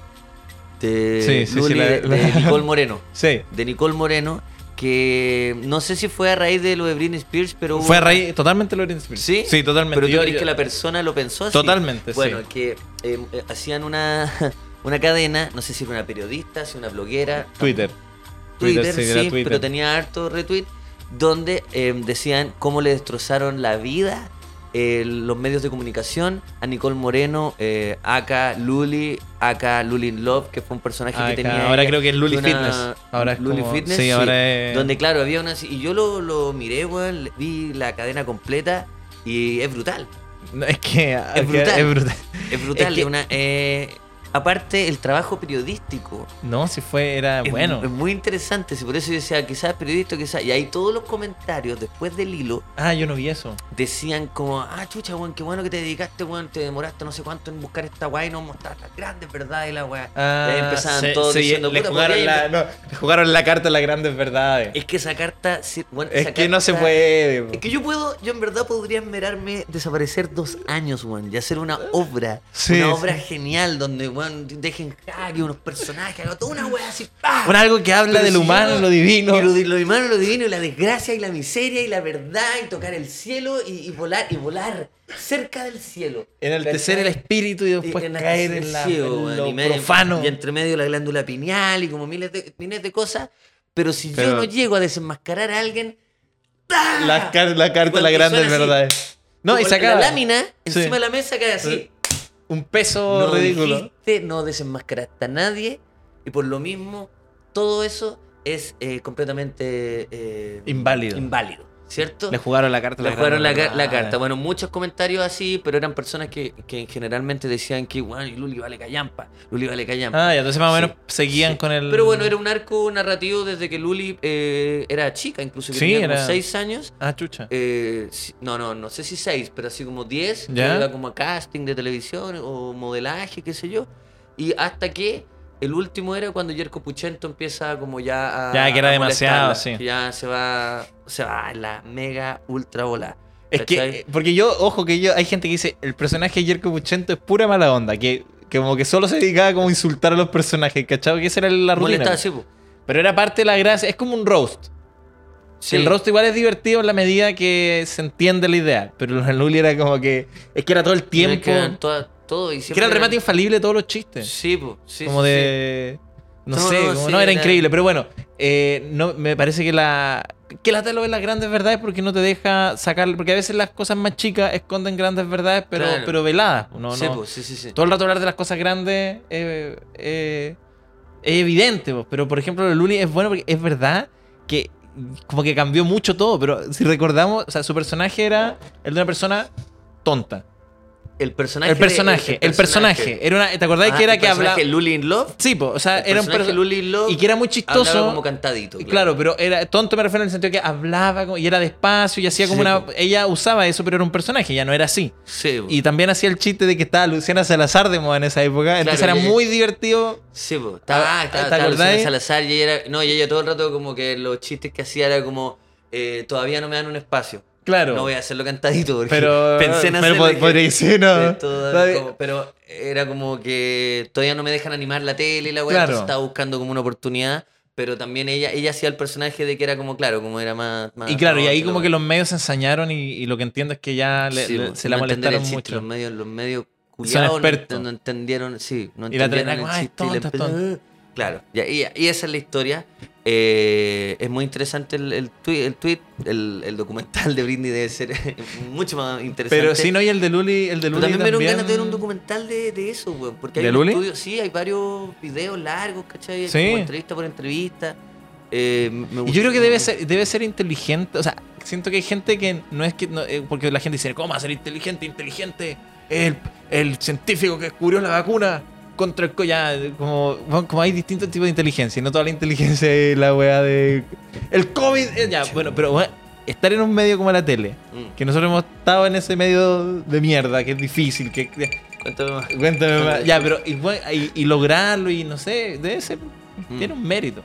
[SPEAKER 1] De
[SPEAKER 2] Sí, sí, sí,
[SPEAKER 1] Luli
[SPEAKER 2] la-
[SPEAKER 1] de-
[SPEAKER 2] la- [laughs]
[SPEAKER 1] de Nicole Moreno.
[SPEAKER 2] Sí.
[SPEAKER 1] De Nicole Moreno, que no sé si fue a raíz de lo de Britney Spears, pero hubo-
[SPEAKER 2] Fue a raíz, totalmente lo de Britney Spears.
[SPEAKER 1] ¿Sí?
[SPEAKER 2] Sí, totalmente.
[SPEAKER 1] Pero tú
[SPEAKER 2] Yo-
[SPEAKER 1] crees
[SPEAKER 2] yo-
[SPEAKER 1] que la persona lo pensó así.
[SPEAKER 2] Totalmente,
[SPEAKER 1] Bueno,
[SPEAKER 2] sí.
[SPEAKER 1] que eh, eh, hacían una, [laughs] una cadena, no sé si era una periodista, si una bloguera,
[SPEAKER 2] Twitter.
[SPEAKER 1] Twitter,
[SPEAKER 2] sí,
[SPEAKER 1] sí,
[SPEAKER 2] era Twitter.
[SPEAKER 1] pero tenía harto retweet, donde eh, decían cómo le destrozaron la vida eh, los medios de comunicación a Nicole Moreno, eh, aka Luli, aka Luli in Love, que fue un personaje
[SPEAKER 2] Ah,
[SPEAKER 1] que
[SPEAKER 2] claro,
[SPEAKER 1] tenía.
[SPEAKER 2] ahora
[SPEAKER 1] ella,
[SPEAKER 2] creo que es Luli
[SPEAKER 1] de una-
[SPEAKER 2] Fitness. Ahora es
[SPEAKER 1] Luli
[SPEAKER 2] como-
[SPEAKER 1] Fitness,
[SPEAKER 2] sí, ahora es-
[SPEAKER 1] donde claro, había una... Y yo lo, lo miré, weón, le- vi la cadena completa y es brutal.
[SPEAKER 2] No, es que es,
[SPEAKER 1] brutal.
[SPEAKER 2] es brutal.
[SPEAKER 1] Es brutal,
[SPEAKER 2] Es que-
[SPEAKER 1] una, eh, aparte el trabajo periodístico.
[SPEAKER 2] No, si fue, era
[SPEAKER 1] Es-
[SPEAKER 2] bueno.
[SPEAKER 1] Es muy interesante, si por eso yo decía, quizás periodista, quizás. Y ahí todos los comentarios después del hilo
[SPEAKER 2] Ah, yo no vi eso.
[SPEAKER 1] decían como, ah, chucha, weón, qué bueno que te dedicaste, weón, te demoraste no sé cuánto en buscar esta weá y no mostrar las grandes verdades y la weá.
[SPEAKER 2] Ah,
[SPEAKER 1] y ahí Eh, empezaban
[SPEAKER 2] sí,
[SPEAKER 1] todos
[SPEAKER 2] sí,
[SPEAKER 1] diciendo,
[SPEAKER 2] le
[SPEAKER 1] "Puta,
[SPEAKER 2] jugaron,
[SPEAKER 1] podría
[SPEAKER 2] la,
[SPEAKER 1] haber-".
[SPEAKER 2] no, le jugaron la carta a las grandes verdades.
[SPEAKER 1] Es que esa carta, sí, weón,
[SPEAKER 2] Es
[SPEAKER 1] esa
[SPEAKER 2] que no se
[SPEAKER 1] carta-
[SPEAKER 2] puede. po.
[SPEAKER 1] Es que yo puedo, yo en verdad podría esmerarme, desaparecer dos años, weón, y hacer una obra,
[SPEAKER 2] Sí,
[SPEAKER 1] una
[SPEAKER 2] sí.
[SPEAKER 1] obra genial donde, weón, dejen jaque unos personajes, haga toda una weá así, ¡pah!
[SPEAKER 2] Bueno, algo que habla
[SPEAKER 1] Pero
[SPEAKER 2] del
[SPEAKER 1] si
[SPEAKER 2] humano,
[SPEAKER 1] yo-
[SPEAKER 2] lo divino.
[SPEAKER 1] Y lo, di- lo humano, lo divino, y la desgracia, y la miseria, y la verdad, y tocar el cielo, y, y volar, y volar cerca del cielo.
[SPEAKER 2] Enaltecer el
[SPEAKER 1] ¿Cachai?
[SPEAKER 2] espíritu y después
[SPEAKER 1] Y en la-
[SPEAKER 2] caer en, la,
[SPEAKER 1] sí,
[SPEAKER 2] en
[SPEAKER 1] weón,
[SPEAKER 2] lo
[SPEAKER 1] y medio-
[SPEAKER 2] profano.
[SPEAKER 1] Y entre medio la glándula pineal, y como miles de, miles de cosas. Pero si
[SPEAKER 2] Pero-
[SPEAKER 1] yo no llego a desenmascarar a alguien,
[SPEAKER 2] La, car- la carta a
[SPEAKER 1] Cuando
[SPEAKER 2] las grandes
[SPEAKER 1] suena así.
[SPEAKER 2] verdades. eh. No, y
[SPEAKER 1] como
[SPEAKER 2] sacar
[SPEAKER 1] la lámina encima
[SPEAKER 2] Sí.
[SPEAKER 1] de la mesa cae así.
[SPEAKER 2] un peso
[SPEAKER 1] no
[SPEAKER 2] ridículo.
[SPEAKER 1] dijiste, no desenmascaraste a nadie, y por lo mismo, todo eso es eh, completamente eh,
[SPEAKER 2] Inválido.
[SPEAKER 1] inválido, ¿cierto?
[SPEAKER 2] Le jugaron la carta a
[SPEAKER 1] Le
[SPEAKER 2] las
[SPEAKER 1] jugaron la,
[SPEAKER 2] grandes
[SPEAKER 1] ca- la
[SPEAKER 2] verdades.
[SPEAKER 1] carta. Bueno, muchos comentarios así, pero eran personas que, que generalmente decían que, bueno, y Luli vale callampa, Luli vale callampa.
[SPEAKER 2] Ah, y entonces más o menos
[SPEAKER 1] Sí,
[SPEAKER 2] seguían
[SPEAKER 1] sí.
[SPEAKER 2] con el.
[SPEAKER 1] Pero bueno, era un arco narrativo desde que Luli eh, era chica, incluso que
[SPEAKER 2] Sí,
[SPEAKER 1] tenía como
[SPEAKER 2] era-
[SPEAKER 1] seis años.
[SPEAKER 2] Ah, chucha.
[SPEAKER 1] eh, si- no, no, no sé si seis, pero así como diez, que
[SPEAKER 2] Ya.
[SPEAKER 1] iba como a casting de televisión o modelaje, qué sé yo. Y hasta que el último era cuando Jerko Puchento empieza como ya a.
[SPEAKER 2] Ya, que era
[SPEAKER 1] a
[SPEAKER 2] demasiado,
[SPEAKER 1] molestarla,
[SPEAKER 2] sí.
[SPEAKER 1] que Ya se va, se va en la mega ultra bola.
[SPEAKER 2] Es que,
[SPEAKER 1] ¿cachai?
[SPEAKER 2] eh, porque yo, ojo, que yo, hay gente que dice, el personaje de Jerko Puchento es pura mala onda, que, que como que solo se dedicaba como a insultar a los personajes, ¿cachai? Que esa era la rutina. pues.
[SPEAKER 1] Molestaba,
[SPEAKER 2] po.
[SPEAKER 1] sí, pues. po.
[SPEAKER 2] Pero era parte de la gracia, es como un roast.
[SPEAKER 1] Sí.
[SPEAKER 2] El roast igual es divertido en la medida que se entiende la idea, pero lo de Luli era como que, es que era todo el
[SPEAKER 1] Tenía
[SPEAKER 2] tiempo,
[SPEAKER 1] que
[SPEAKER 2] que,
[SPEAKER 1] dar toda- todo y siempre
[SPEAKER 2] era el remate
[SPEAKER 1] eran-
[SPEAKER 2] infalible de todos los chistes.
[SPEAKER 1] Sí, po, sí,
[SPEAKER 2] como
[SPEAKER 1] sí,
[SPEAKER 2] de. No,
[SPEAKER 1] No,
[SPEAKER 2] sé,
[SPEAKER 1] no,
[SPEAKER 2] como-
[SPEAKER 1] sí,
[SPEAKER 2] no, era
[SPEAKER 1] era-
[SPEAKER 2] increíble. Pero bueno, eh, no, me parece que la. Que la tela ve las grandes verdades porque no te deja sacar. Porque a veces las cosas más chicas esconden grandes verdades, pero,
[SPEAKER 1] Claro.
[SPEAKER 2] pero veladas. No,
[SPEAKER 1] sí. Sí,
[SPEAKER 2] no.
[SPEAKER 1] po, sí, sí, sí.
[SPEAKER 2] Todo el rato hablar de las cosas grandes eh, eh, es evidente, po, pero por ejemplo, lo de Luli es bueno porque es verdad que como que cambió mucho todo, pero si recordamos, o sea, su personaje era el de una persona tonta.
[SPEAKER 1] El personaje.
[SPEAKER 2] El personaje, el personaje. Era una, ¿Te acordás
[SPEAKER 1] Ah,
[SPEAKER 2] que era
[SPEAKER 1] el
[SPEAKER 2] que hablaba...
[SPEAKER 1] personaje Luli in Love.
[SPEAKER 2] Sí, po, o sea,
[SPEAKER 1] El
[SPEAKER 2] era un
[SPEAKER 1] personaje
[SPEAKER 2] perso-
[SPEAKER 1] Luli in Love
[SPEAKER 2] Y que era muy
[SPEAKER 1] Hablaba
[SPEAKER 2] chistoso.
[SPEAKER 1] como cantadito.
[SPEAKER 2] Y claro, pero era tonto me refiero en el sentido que hablaba como- y era despacio y hacía como
[SPEAKER 1] Sí,
[SPEAKER 2] una.
[SPEAKER 1] po.
[SPEAKER 2] Ella usaba eso, pero era un personaje, ya no era así.
[SPEAKER 1] Sí, po.
[SPEAKER 2] Y también hacía el chiste de que estaba Luciana Salazar de moda en esa época. Entonces
[SPEAKER 1] Claro,
[SPEAKER 2] era
[SPEAKER 1] y-
[SPEAKER 2] muy divertido.
[SPEAKER 1] Sí, po. Estaba, ah,
[SPEAKER 2] Ah, ¿te
[SPEAKER 1] estaba, estaba
[SPEAKER 2] acordás?
[SPEAKER 1] Luciana Salazar y ella era. No, y ella todo el rato como que los chistes que hacía era como. eh, todavía no me dan un espacio.
[SPEAKER 2] Claro.
[SPEAKER 1] No voy a hacerlo cantadito porque
[SPEAKER 2] Pero-
[SPEAKER 1] [laughs] pensé en
[SPEAKER 2] pero
[SPEAKER 1] hacerlo.
[SPEAKER 2] pod-
[SPEAKER 1] y-
[SPEAKER 2] podría decir, no.
[SPEAKER 1] Eh, todo-
[SPEAKER 2] Todavía-
[SPEAKER 1] como- pero era como que todavía no me dejan animar la tele y la weá.
[SPEAKER 2] Claro.
[SPEAKER 1] entonces estaba buscando como una oportunidad. Pero también ella, ella hacía el personaje de que era como, claro, como era más. más
[SPEAKER 2] Y claro, y ahí
[SPEAKER 1] no,
[SPEAKER 2] como que los medios se ensañaron y, y lo que entiendo es que ya le-
[SPEAKER 1] Sí,
[SPEAKER 2] le-
[SPEAKER 1] po.
[SPEAKER 2] se la
[SPEAKER 1] No entender el
[SPEAKER 2] molestaron
[SPEAKER 1] chiste,
[SPEAKER 2] mucho.
[SPEAKER 1] Los medios, los medios culiados no
[SPEAKER 2] expertos.
[SPEAKER 1] ent- no, entendieron, sí, no
[SPEAKER 2] Y la
[SPEAKER 1] entendieron
[SPEAKER 2] traen, "Ay,
[SPEAKER 1] el chiste. y le
[SPEAKER 2] "Ah, tonta,
[SPEAKER 1] empe- eh, Claro, ya, y, y esa es la historia. Eh, es muy interesante el, el tweet, el, tweet el, el documental de Britney debe ser [laughs] mucho más interesante.
[SPEAKER 2] Pero sí, no, y el de Luli, el de
[SPEAKER 1] Pero
[SPEAKER 2] Luli.
[SPEAKER 1] también me dieron
[SPEAKER 2] también-
[SPEAKER 1] ganas de ver un documental de, de eso, weón. Porque hay
[SPEAKER 2] ¿De
[SPEAKER 1] un
[SPEAKER 2] Luli?
[SPEAKER 1] estudio- sí, hay varios videos largos, ¿cachai? Hay
[SPEAKER 2] Sí.
[SPEAKER 1] como entrevista por entrevista. Eh, me
[SPEAKER 2] Y yo creo que
[SPEAKER 1] gustó.
[SPEAKER 2] debe ser, debe ser inteligente. O sea, siento que hay gente que no es que. no- eh, porque la gente dice, ¿cómo va a ser inteligente? Inteligente. El, el científico que descubrió la vacuna contra el. co-". Ya, eh, como, bueno, como hay distintos tipos de inteligencia. Y no toda la inteligencia [laughs] es la weá de. El COVID. eh, ya, bueno, pero bueno, estar en un medio como la tele.
[SPEAKER 1] Mm.
[SPEAKER 2] Que nosotros hemos estado en ese medio de mierda, que es difícil, que. que-
[SPEAKER 1] Cuéntame más.
[SPEAKER 2] Cuéntame más. Ya, pero. Y, bueno, y- y lograrlo, y no sé, debe ser. Tiene un mérito.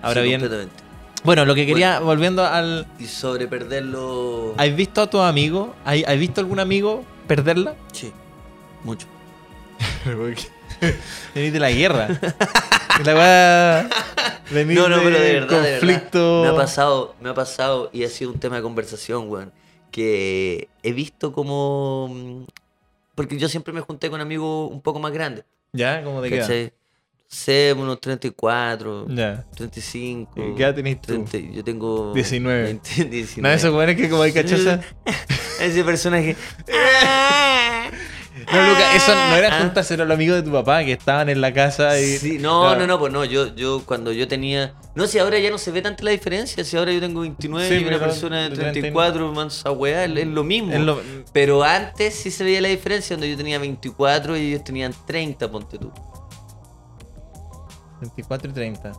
[SPEAKER 2] Ahora
[SPEAKER 1] Mm. Sí,
[SPEAKER 2] bien.
[SPEAKER 1] completamente.
[SPEAKER 2] Bueno, lo que quería, volviendo al.
[SPEAKER 1] Y sobre perderlo.
[SPEAKER 2] ¿Has visto a tu amigo? ¿Has, has visto algún amigo perderla?
[SPEAKER 1] Sí, mucho.
[SPEAKER 2] [laughs] Venís de la guerra. la weá. venís
[SPEAKER 1] No, no, pero de verdad, de verdad.
[SPEAKER 2] conflicto.
[SPEAKER 1] Me ha pasado, me ha pasado y ha sido un tema de conversación, weón. Que he visto como. mm, Porque yo siempre me junté con amigos un poco más grandes.
[SPEAKER 2] Ya, como de qué. edad?
[SPEAKER 1] ¿Cachai? Sé, unos 34,
[SPEAKER 2] Ya.
[SPEAKER 1] 35.
[SPEAKER 2] ¿Y qué edad tenés tú?
[SPEAKER 1] 30, yo tengo.
[SPEAKER 2] 19.
[SPEAKER 1] 20,
[SPEAKER 2] No,
[SPEAKER 1] 19.
[SPEAKER 2] esos weones que
[SPEAKER 1] [laughs]
[SPEAKER 2] como hay cachosa.
[SPEAKER 1] Ese
[SPEAKER 2] [laughs]
[SPEAKER 1] personaje.
[SPEAKER 2] No, Luca, eso no era
[SPEAKER 1] Ah.
[SPEAKER 2] juntas, era los amigos de tu papá que estaban en la casa y.
[SPEAKER 1] Sí, no,
[SPEAKER 2] Claro.
[SPEAKER 1] no, no, pues no, yo, yo cuando yo tenía... No, si ahora ya no se ve tanta la diferencia, si ahora yo tengo 29
[SPEAKER 2] Sí,
[SPEAKER 1] y una
[SPEAKER 2] pero
[SPEAKER 1] persona de
[SPEAKER 2] de
[SPEAKER 1] 34, mansa weá, es, es lo mismo.
[SPEAKER 2] Es lo-
[SPEAKER 1] Pero antes sí se veía la diferencia, donde yo tenía 24 y ellos tenían 30, ponte tú.
[SPEAKER 2] 24 y 30.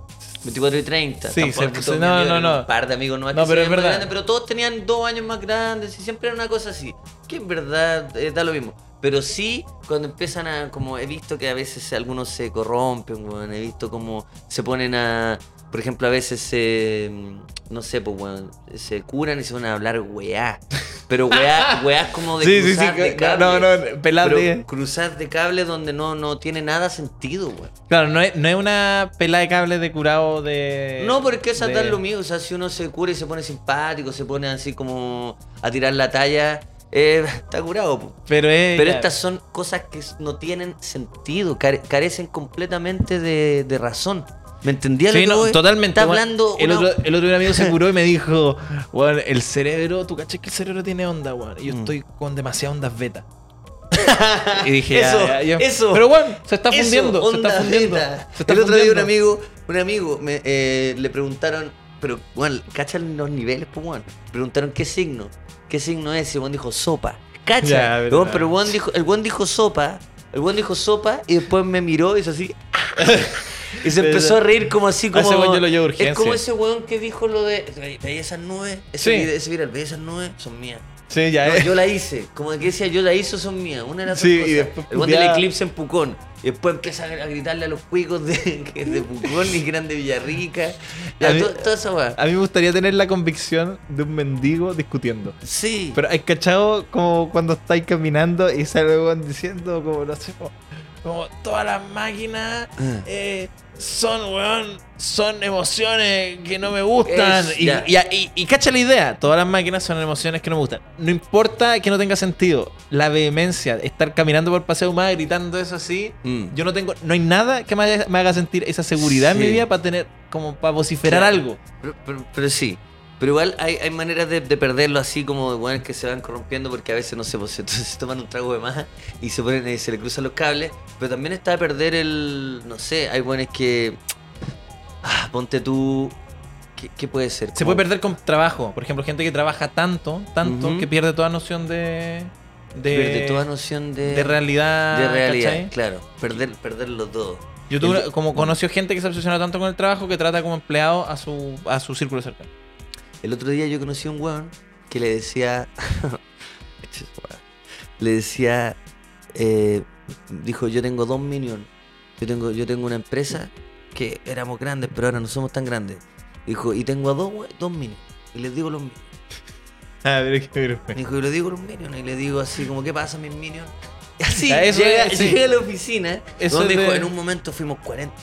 [SPEAKER 1] 24 y 30.
[SPEAKER 2] Sí,
[SPEAKER 1] Tampoco
[SPEAKER 2] se-
[SPEAKER 1] es que
[SPEAKER 2] se-
[SPEAKER 1] todos
[SPEAKER 2] no,
[SPEAKER 1] mis amigos
[SPEAKER 2] no,
[SPEAKER 1] eran
[SPEAKER 2] no.
[SPEAKER 1] Un par de amigos nomás
[SPEAKER 2] No,
[SPEAKER 1] que
[SPEAKER 2] pero
[SPEAKER 1] se
[SPEAKER 2] es
[SPEAKER 1] veían más
[SPEAKER 2] verdad.
[SPEAKER 1] grandes, pero todos tenían dos años más grandes y siempre era una cosa así. Que en verdad eh, da lo mismo. Pero sí, cuando empiezan a. Como he visto que a veces algunos se corrompen, weón. He visto como se ponen a. Por ejemplo, a veces se. mm, No sé, pues, weón. Se curan y se van a hablar weá. Pero
[SPEAKER 2] [laughs]
[SPEAKER 1] weá, weá es como de.
[SPEAKER 2] Sí, sí, sí.
[SPEAKER 1] cruzar de
[SPEAKER 2] ca- No, no,
[SPEAKER 1] cable.
[SPEAKER 2] no, pelada
[SPEAKER 1] Pero
[SPEAKER 2] de-
[SPEAKER 1] cruzar de cable donde no, no tiene nada sentido, weón.
[SPEAKER 2] Claro, no es, no es una pelada de cable de curado de.
[SPEAKER 1] No, porque esa
[SPEAKER 2] de-
[SPEAKER 1] tal lo mío. O sea, si uno se cura y se pone simpático, se pone así como a tirar la talla, eh, [laughs] está curado. po.
[SPEAKER 2] Pero es.
[SPEAKER 1] Pero
[SPEAKER 2] ya.
[SPEAKER 1] estas son cosas que s- no tienen sentido, care- carecen completamente de, de razón. ¿Me entendía lo
[SPEAKER 2] Sí,
[SPEAKER 1] que
[SPEAKER 2] no,
[SPEAKER 1] voy?
[SPEAKER 2] totalmente.
[SPEAKER 1] Está
[SPEAKER 2] weón.
[SPEAKER 1] hablando.
[SPEAKER 2] el,
[SPEAKER 1] una-
[SPEAKER 2] otro, el otro día un
[SPEAKER 1] [laughs]
[SPEAKER 2] amigo se curó y me dijo, weón, el cerebro, tú cachas que el cerebro tiene onda, weón. Y yo
[SPEAKER 1] Mm.
[SPEAKER 2] estoy con demasiadas
[SPEAKER 1] [laughs]
[SPEAKER 2] ondas beta. y dije, ya,
[SPEAKER 1] Eso,
[SPEAKER 2] ya, ya.
[SPEAKER 1] eso.
[SPEAKER 2] Pero weón, se está
[SPEAKER 1] Eso,
[SPEAKER 2] fundiendo. se
[SPEAKER 1] onda
[SPEAKER 2] está fundiendo.
[SPEAKER 1] beta.
[SPEAKER 2] se está
[SPEAKER 1] el otro día un
[SPEAKER 2] fundiendo.
[SPEAKER 1] amigo, un amigo me, eh, le preguntaron, pero bueno, ¿cachan los niveles? Pues bueno, preguntaron qué signo, qué signo es, y el buen dijo sopa. ¿Cacha?
[SPEAKER 2] Ya,
[SPEAKER 1] Weón,
[SPEAKER 2] verdad.
[SPEAKER 1] pero el buen dijo, el buen dijo sopa, el buen dijo sopa, y después me miró y hizo así. [laughs] Y se
[SPEAKER 2] Verdad.
[SPEAKER 1] empezó a reír como así
[SPEAKER 2] A ese
[SPEAKER 1] como...
[SPEAKER 2] weón yo lo llevo a urgencia.
[SPEAKER 1] Es como ese weón que dijo lo de... "Ve- ¿Veis esas nubes? Ese,
[SPEAKER 2] Sí.
[SPEAKER 1] vide- ese viral, ¿veis esas nubes? Son mías.
[SPEAKER 2] Sí, ya
[SPEAKER 1] No,
[SPEAKER 2] eh.
[SPEAKER 1] yo la hice. Como que decía, yo la hice, son mías. Una de las
[SPEAKER 2] Sí,
[SPEAKER 1] dos cosas.
[SPEAKER 2] y después
[SPEAKER 1] El weón del
[SPEAKER 2] puteaba.
[SPEAKER 1] eclipse en Pucón. Y después empieza a gritarle a los cuicos de, [laughs] que es de Pucón y Grande Villarrica.
[SPEAKER 2] A
[SPEAKER 1] Ya,
[SPEAKER 2] mí-
[SPEAKER 1] to- toda esa weá.
[SPEAKER 2] A mí me gustaría tener la convicción de un mendigo discutiendo.
[SPEAKER 1] Sí.
[SPEAKER 2] Pero hay cachado como cuando estáis caminando y sale el weón diciendo como no sé, como, como todas las máquinas
[SPEAKER 1] Ah.
[SPEAKER 2] eh, son weón, son emociones que no me gustan.
[SPEAKER 1] Es-
[SPEAKER 2] y,
[SPEAKER 1] ya.
[SPEAKER 2] y, y- y cacha la idea, todas las máquinas son emociones que no me gustan. No importa que no tenga sentido, la vehemencia, estar caminando por paseo humada gritando eso así,
[SPEAKER 1] Mm.
[SPEAKER 2] yo no tengo, no hay nada que me haya- me haga sentir esa seguridad en mi
[SPEAKER 1] Sí.
[SPEAKER 2] vida para tener, como para vociferar
[SPEAKER 1] Claro.
[SPEAKER 2] algo.
[SPEAKER 1] Pero, pero- pero sí. Pero igual hay, hay maneras de, de perderlo así como de weones que se van corrompiendo porque a veces no sé, pues, se, [laughs] se toman un trago de más y se ponen y se le cruzan los cables. Pero también está a perder el. No sé, hay buenas que. Ah, ponte tú. ¿Qué, qué puede ser?
[SPEAKER 2] Se
[SPEAKER 1] Como-
[SPEAKER 2] puede perder con trabajo. Por ejemplo, gente que trabaja tanto, tanto,
[SPEAKER 1] Ujú.
[SPEAKER 2] que pierde toda noción de. de,
[SPEAKER 1] Pierde toda noción de,
[SPEAKER 2] de realidad.
[SPEAKER 1] de realidad,
[SPEAKER 2] Ah, ¿cachai?
[SPEAKER 1] claro. Perder, perderlo todo.
[SPEAKER 2] Yo tuve
[SPEAKER 1] El-
[SPEAKER 2] una- como conoció gente que se obsesiona tanto con el trabajo que trata como empleado a su, a su círculo cercano.
[SPEAKER 1] El otro día yo conocí a un weón que le decía. [laughs] le decía. eh, dijo: Yo tengo dos minions. Yo tengo, yo tengo una empresa que éramos grandes, pero ahora no somos tan grandes. Dijo: Y tengo a dos, we- dos minions. Y les digo los minions.
[SPEAKER 2] Ah, pero qué
[SPEAKER 1] Dijo, y le digo a los minions. Y le digo así, como, ¿qué pasa, mis minions? Y así,
[SPEAKER 2] Ya, eso
[SPEAKER 1] llega,
[SPEAKER 2] es- sí.
[SPEAKER 1] llega a la oficina.
[SPEAKER 2] Eso
[SPEAKER 1] donde
[SPEAKER 2] es
[SPEAKER 1] dijo,
[SPEAKER 2] de-
[SPEAKER 1] en un momento fuimos 40.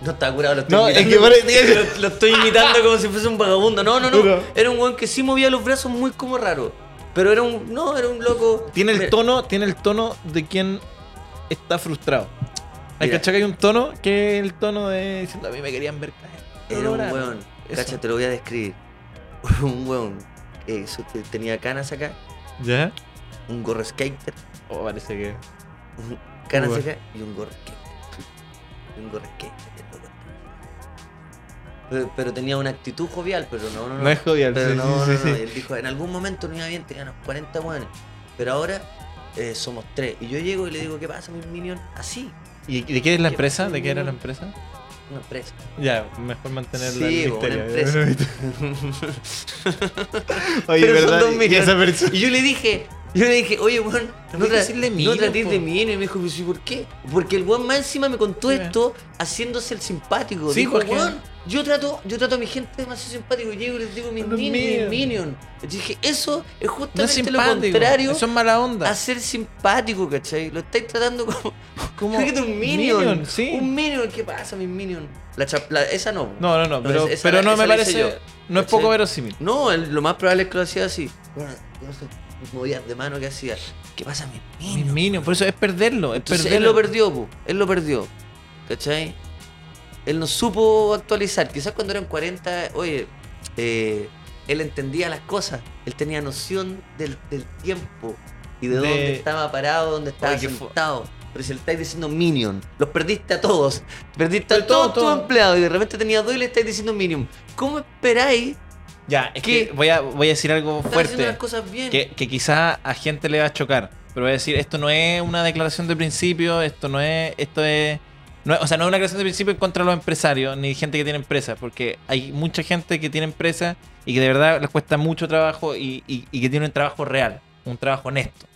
[SPEAKER 1] No estaba curado, lo estoy
[SPEAKER 2] No, es
[SPEAKER 1] imitando.
[SPEAKER 2] que parece-
[SPEAKER 1] lo, lo estoy imitando como si fuese un vagabundo. No, no, no.
[SPEAKER 2] Pero-
[SPEAKER 1] Era un weón que sí movía los brazos muy como raro. Pero era un. No, era un loco.
[SPEAKER 2] Tiene el
[SPEAKER 1] Mira,
[SPEAKER 2] tono, tiene el tono de quien está frustrado. Hay
[SPEAKER 1] Mira.
[SPEAKER 2] cachado que hay un tono que es el tono de diciendo a mí me querían ver caer.
[SPEAKER 1] Era un
[SPEAKER 2] Ahora,
[SPEAKER 1] weón.
[SPEAKER 2] eso.
[SPEAKER 1] Cacha, te lo voy a describir. [laughs] Un weón. Eso, que tenía canas acá.
[SPEAKER 2] ¿Ya?
[SPEAKER 1] Un gorro skater.
[SPEAKER 2] Oh, parece que.
[SPEAKER 1] un Canas
[SPEAKER 2] Uber.
[SPEAKER 1] acá y un gorro skater. Y un gorro skater, el loco. Pero, pero tenía una actitud jovial, pero no, no, no.
[SPEAKER 2] No es jovial,
[SPEAKER 1] Pero
[SPEAKER 2] sí,
[SPEAKER 1] no,
[SPEAKER 2] sí,
[SPEAKER 1] no,
[SPEAKER 2] sí,
[SPEAKER 1] no.
[SPEAKER 2] sí.
[SPEAKER 1] Él dijo, en algún momento no iba bien, teníamos 40 buenos. Pero ahora eh, somos tres. Y yo llego y le digo, ¿qué pasa, mis minions? Así,
[SPEAKER 2] ¿Y de qué es la
[SPEAKER 1] ¿Qué
[SPEAKER 2] empresa?
[SPEAKER 1] pasa?
[SPEAKER 2] ¿De qué era la empresa?
[SPEAKER 1] una empresa.
[SPEAKER 2] Ya, mejor mantenerla
[SPEAKER 1] Sí,
[SPEAKER 2] en
[SPEAKER 1] bo, una
[SPEAKER 2] misterio.
[SPEAKER 1] empresa.
[SPEAKER 2] [laughs] Oye,
[SPEAKER 1] Pero son
[SPEAKER 2] ¿verdad?
[SPEAKER 1] dos
[SPEAKER 2] Y
[SPEAKER 1] minions.
[SPEAKER 2] esa persona-
[SPEAKER 1] Y yo le dije, yo le dije, oye, weón, no,
[SPEAKER 2] hay que
[SPEAKER 1] tra-
[SPEAKER 2] decirle
[SPEAKER 1] no
[SPEAKER 2] minion,
[SPEAKER 1] trates de
[SPEAKER 2] po.
[SPEAKER 1] minion. Y me dijo, ¿y por qué? Porque el weón más encima me contó
[SPEAKER 2] Mira.
[SPEAKER 1] esto haciéndose el simpático.
[SPEAKER 2] Sí,
[SPEAKER 1] Dijo,
[SPEAKER 2] porque-
[SPEAKER 1] weón, yo trato, yo trato a mi gente demasiado simpático. Llego y les digo mis
[SPEAKER 2] Los
[SPEAKER 1] minions,
[SPEAKER 2] minions.
[SPEAKER 1] mis minions. Y dije, eso es
[SPEAKER 2] No es
[SPEAKER 1] justamente lo
[SPEAKER 2] simpático.
[SPEAKER 1] contrario
[SPEAKER 2] Eso es mala onda.
[SPEAKER 1] a ser simpático, ¿cachai? Lo estáis tratando como...
[SPEAKER 2] Como
[SPEAKER 1] Fíjate, un minion.
[SPEAKER 2] minion, sí.
[SPEAKER 1] Un minion, ¿qué pasa, mis minion? La chap- la- esa no.
[SPEAKER 2] No, no, no, pero,
[SPEAKER 1] esa- esa
[SPEAKER 2] pero
[SPEAKER 1] la-
[SPEAKER 2] no
[SPEAKER 1] esa
[SPEAKER 2] me
[SPEAKER 1] la hice yo,
[SPEAKER 2] parece. No es
[SPEAKER 1] ¿cachai?
[SPEAKER 2] poco verosímil.
[SPEAKER 1] No, él- lo más probable es que lo hacía así. Bueno, no sé, movidas de mano que hacía. ¿Qué pasa, mis
[SPEAKER 2] Mis
[SPEAKER 1] minions?
[SPEAKER 2] minions, por eso es perderlo. Es
[SPEAKER 1] Entonces, él
[SPEAKER 2] perderlo.
[SPEAKER 1] lo perdió, pu, él lo perdió. ¿Cachai? Él no supo actualizar. Quizás cuando eran 40, oye, eh, él entendía las cosas. Él tenía noción del, del tiempo y de,
[SPEAKER 2] De-
[SPEAKER 1] dónde estaba parado, dónde estaba
[SPEAKER 2] Oye, que fu-
[SPEAKER 1] sentado. Pero si le estáis diciendo Minion, los perdiste a todos. Perdiste
[SPEAKER 2] Pero
[SPEAKER 1] a
[SPEAKER 2] todo,
[SPEAKER 1] todos tus
[SPEAKER 2] todo.
[SPEAKER 1] empleados y de repente tenía dos y le estáis diciendo Minion. ¿Cómo esperáis
[SPEAKER 2] Ya, es
[SPEAKER 1] ¿Qué?
[SPEAKER 2] que voy a, voy a decir algo
[SPEAKER 1] estar haciendo
[SPEAKER 2] fuerte.
[SPEAKER 1] las cosas bien?
[SPEAKER 2] Que, que quizá a gente le va a chocar. Pero voy a decir, esto no es una declaración de principio, esto no es. Esto es. No es- o sea, no es una creación de principio en contra de los empresarios ni gente que tiene empresas, porque hay mucha gente que tiene empresas y que de verdad les cuesta mucho trabajo y, y- y que tiene un trabajo real, un trabajo honesto.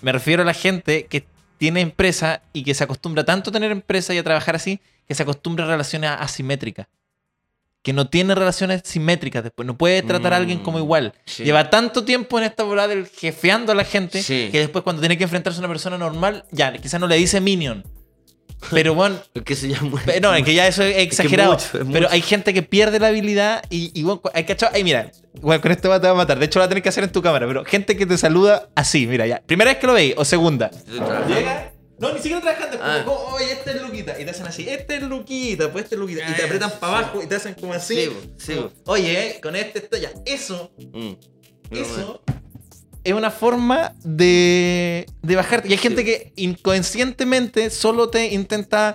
[SPEAKER 2] Me refiero a la gente que tiene empresa y que se acostumbra tanto a tener empresa y a trabajar así, que se acostumbra a relaciones asimétricas. Que no tiene relaciones simétricas después, no puede tratar a alguien como
[SPEAKER 1] Mm,
[SPEAKER 2] igual.
[SPEAKER 1] sí.
[SPEAKER 2] Lleva tanto tiempo en esta volada del jefeando a la gente
[SPEAKER 1] Sí.
[SPEAKER 2] que después cuando tiene que enfrentarse a una persona normal, ya, quizás no le dice minion. Pero bueno,
[SPEAKER 1] Que se llama.
[SPEAKER 2] Pe- No, es que ya eso es exagerado.
[SPEAKER 1] mucho, es
[SPEAKER 2] Pero
[SPEAKER 1] mucho.
[SPEAKER 2] hay gente que pierde la habilidad y, y bueno, cu- hay cachado. Ay, mira, bueno, con esto te va a matar. De hecho, lo va a tener que hacer en tu cámara. Pero gente que te saluda así, mira, ya. Primera vez que lo veis o segunda. Llega. No, ni siquiera trabajando. Es como,
[SPEAKER 1] Ah.
[SPEAKER 2] como, oye, este es Luquita. Y te hacen así, este es Luquita, pues este es Luquita. Y
[SPEAKER 1] Ah,
[SPEAKER 2] te apretan
[SPEAKER 1] sí.
[SPEAKER 2] para abajo y te hacen como así.
[SPEAKER 1] Sí, bo, sí, bo.
[SPEAKER 2] Oye, eh, con este, esto ya. Eso
[SPEAKER 1] [laughs] Mm.
[SPEAKER 2] eso es una forma de, de bajarte. Y hay gente
[SPEAKER 1] Sí.
[SPEAKER 2] que inconscientemente solo te intenta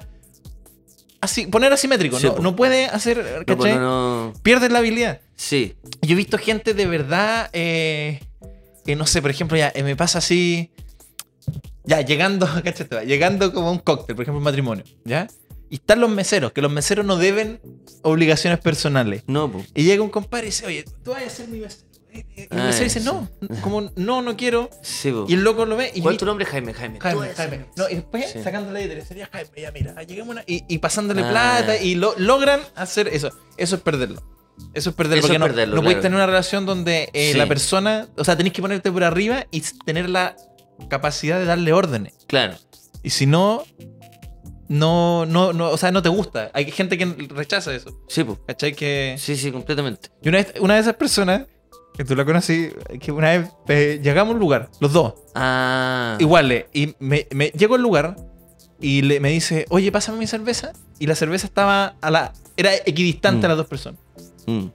[SPEAKER 2] así, poner asimétrico.
[SPEAKER 1] Sí,
[SPEAKER 2] no,
[SPEAKER 1] po.
[SPEAKER 2] no puede hacer,
[SPEAKER 1] No,
[SPEAKER 2] ¿cachai?
[SPEAKER 1] pues, no, no.
[SPEAKER 2] Pierdes la habilidad.
[SPEAKER 1] Sí.
[SPEAKER 2] Yo he visto gente de verdad eh, que, no sé, por ejemplo, ya eh, me pasa así. Ya, llegando, [laughs] ¿cachai? Te va, Llegando como a un cóctel, por ejemplo, un matrimonio, ¿ya? Y están los meseros, que los meseros no deben obligaciones personales.
[SPEAKER 1] No, pues.
[SPEAKER 2] Y llega un compadre y dice, oye, tú vas a ser mi mesero. Y el
[SPEAKER 1] Ah,
[SPEAKER 2] mesero
[SPEAKER 1] ya,
[SPEAKER 2] dice,
[SPEAKER 1] sí.
[SPEAKER 2] no, como no, no quiero.
[SPEAKER 1] Sí, bo.
[SPEAKER 2] Y el loco lo ve y...
[SPEAKER 1] ¿Cuál es tu nombre? Jaime, Jaime. Tú
[SPEAKER 2] Jaime,
[SPEAKER 1] eres
[SPEAKER 2] Jaime.
[SPEAKER 1] Jaime.
[SPEAKER 2] No, y después
[SPEAKER 1] Sí.
[SPEAKER 2] sacándole de sería Jaime, ya mira, ah, lleguemos a una- y, y pasándole
[SPEAKER 1] Ah,
[SPEAKER 2] plata
[SPEAKER 1] ya.
[SPEAKER 2] y lo, logran hacer eso. Eso es perderlo. Eso es perderlo.
[SPEAKER 1] Eso
[SPEAKER 2] porque
[SPEAKER 1] es
[SPEAKER 2] no,
[SPEAKER 1] perderlo,
[SPEAKER 2] no puedes
[SPEAKER 1] claro.
[SPEAKER 2] tener una relación donde eh,
[SPEAKER 1] Sí.
[SPEAKER 2] la persona, o sea, tenés que ponerte por arriba y s- tener la capacidad de darle órdenes.
[SPEAKER 1] Claro.
[SPEAKER 2] Y si no, no, no, no, o sea, no te gusta. Hay gente que rechaza eso.
[SPEAKER 1] Sí, pues.
[SPEAKER 2] ¿Cachai? Que...
[SPEAKER 1] Sí, sí, completamente.
[SPEAKER 2] Y una, vez- una de esas personas, que tú la conocí, que una vez eh, llegamos a un lugar, los dos,
[SPEAKER 1] Ah.
[SPEAKER 2] iguales, y me, me llego al lugar y le, me dice, oye, pásame mi cerveza. Y la cerveza estaba a la. Era equidistante
[SPEAKER 1] Mm.
[SPEAKER 2] a las dos personas.
[SPEAKER 1] Mm.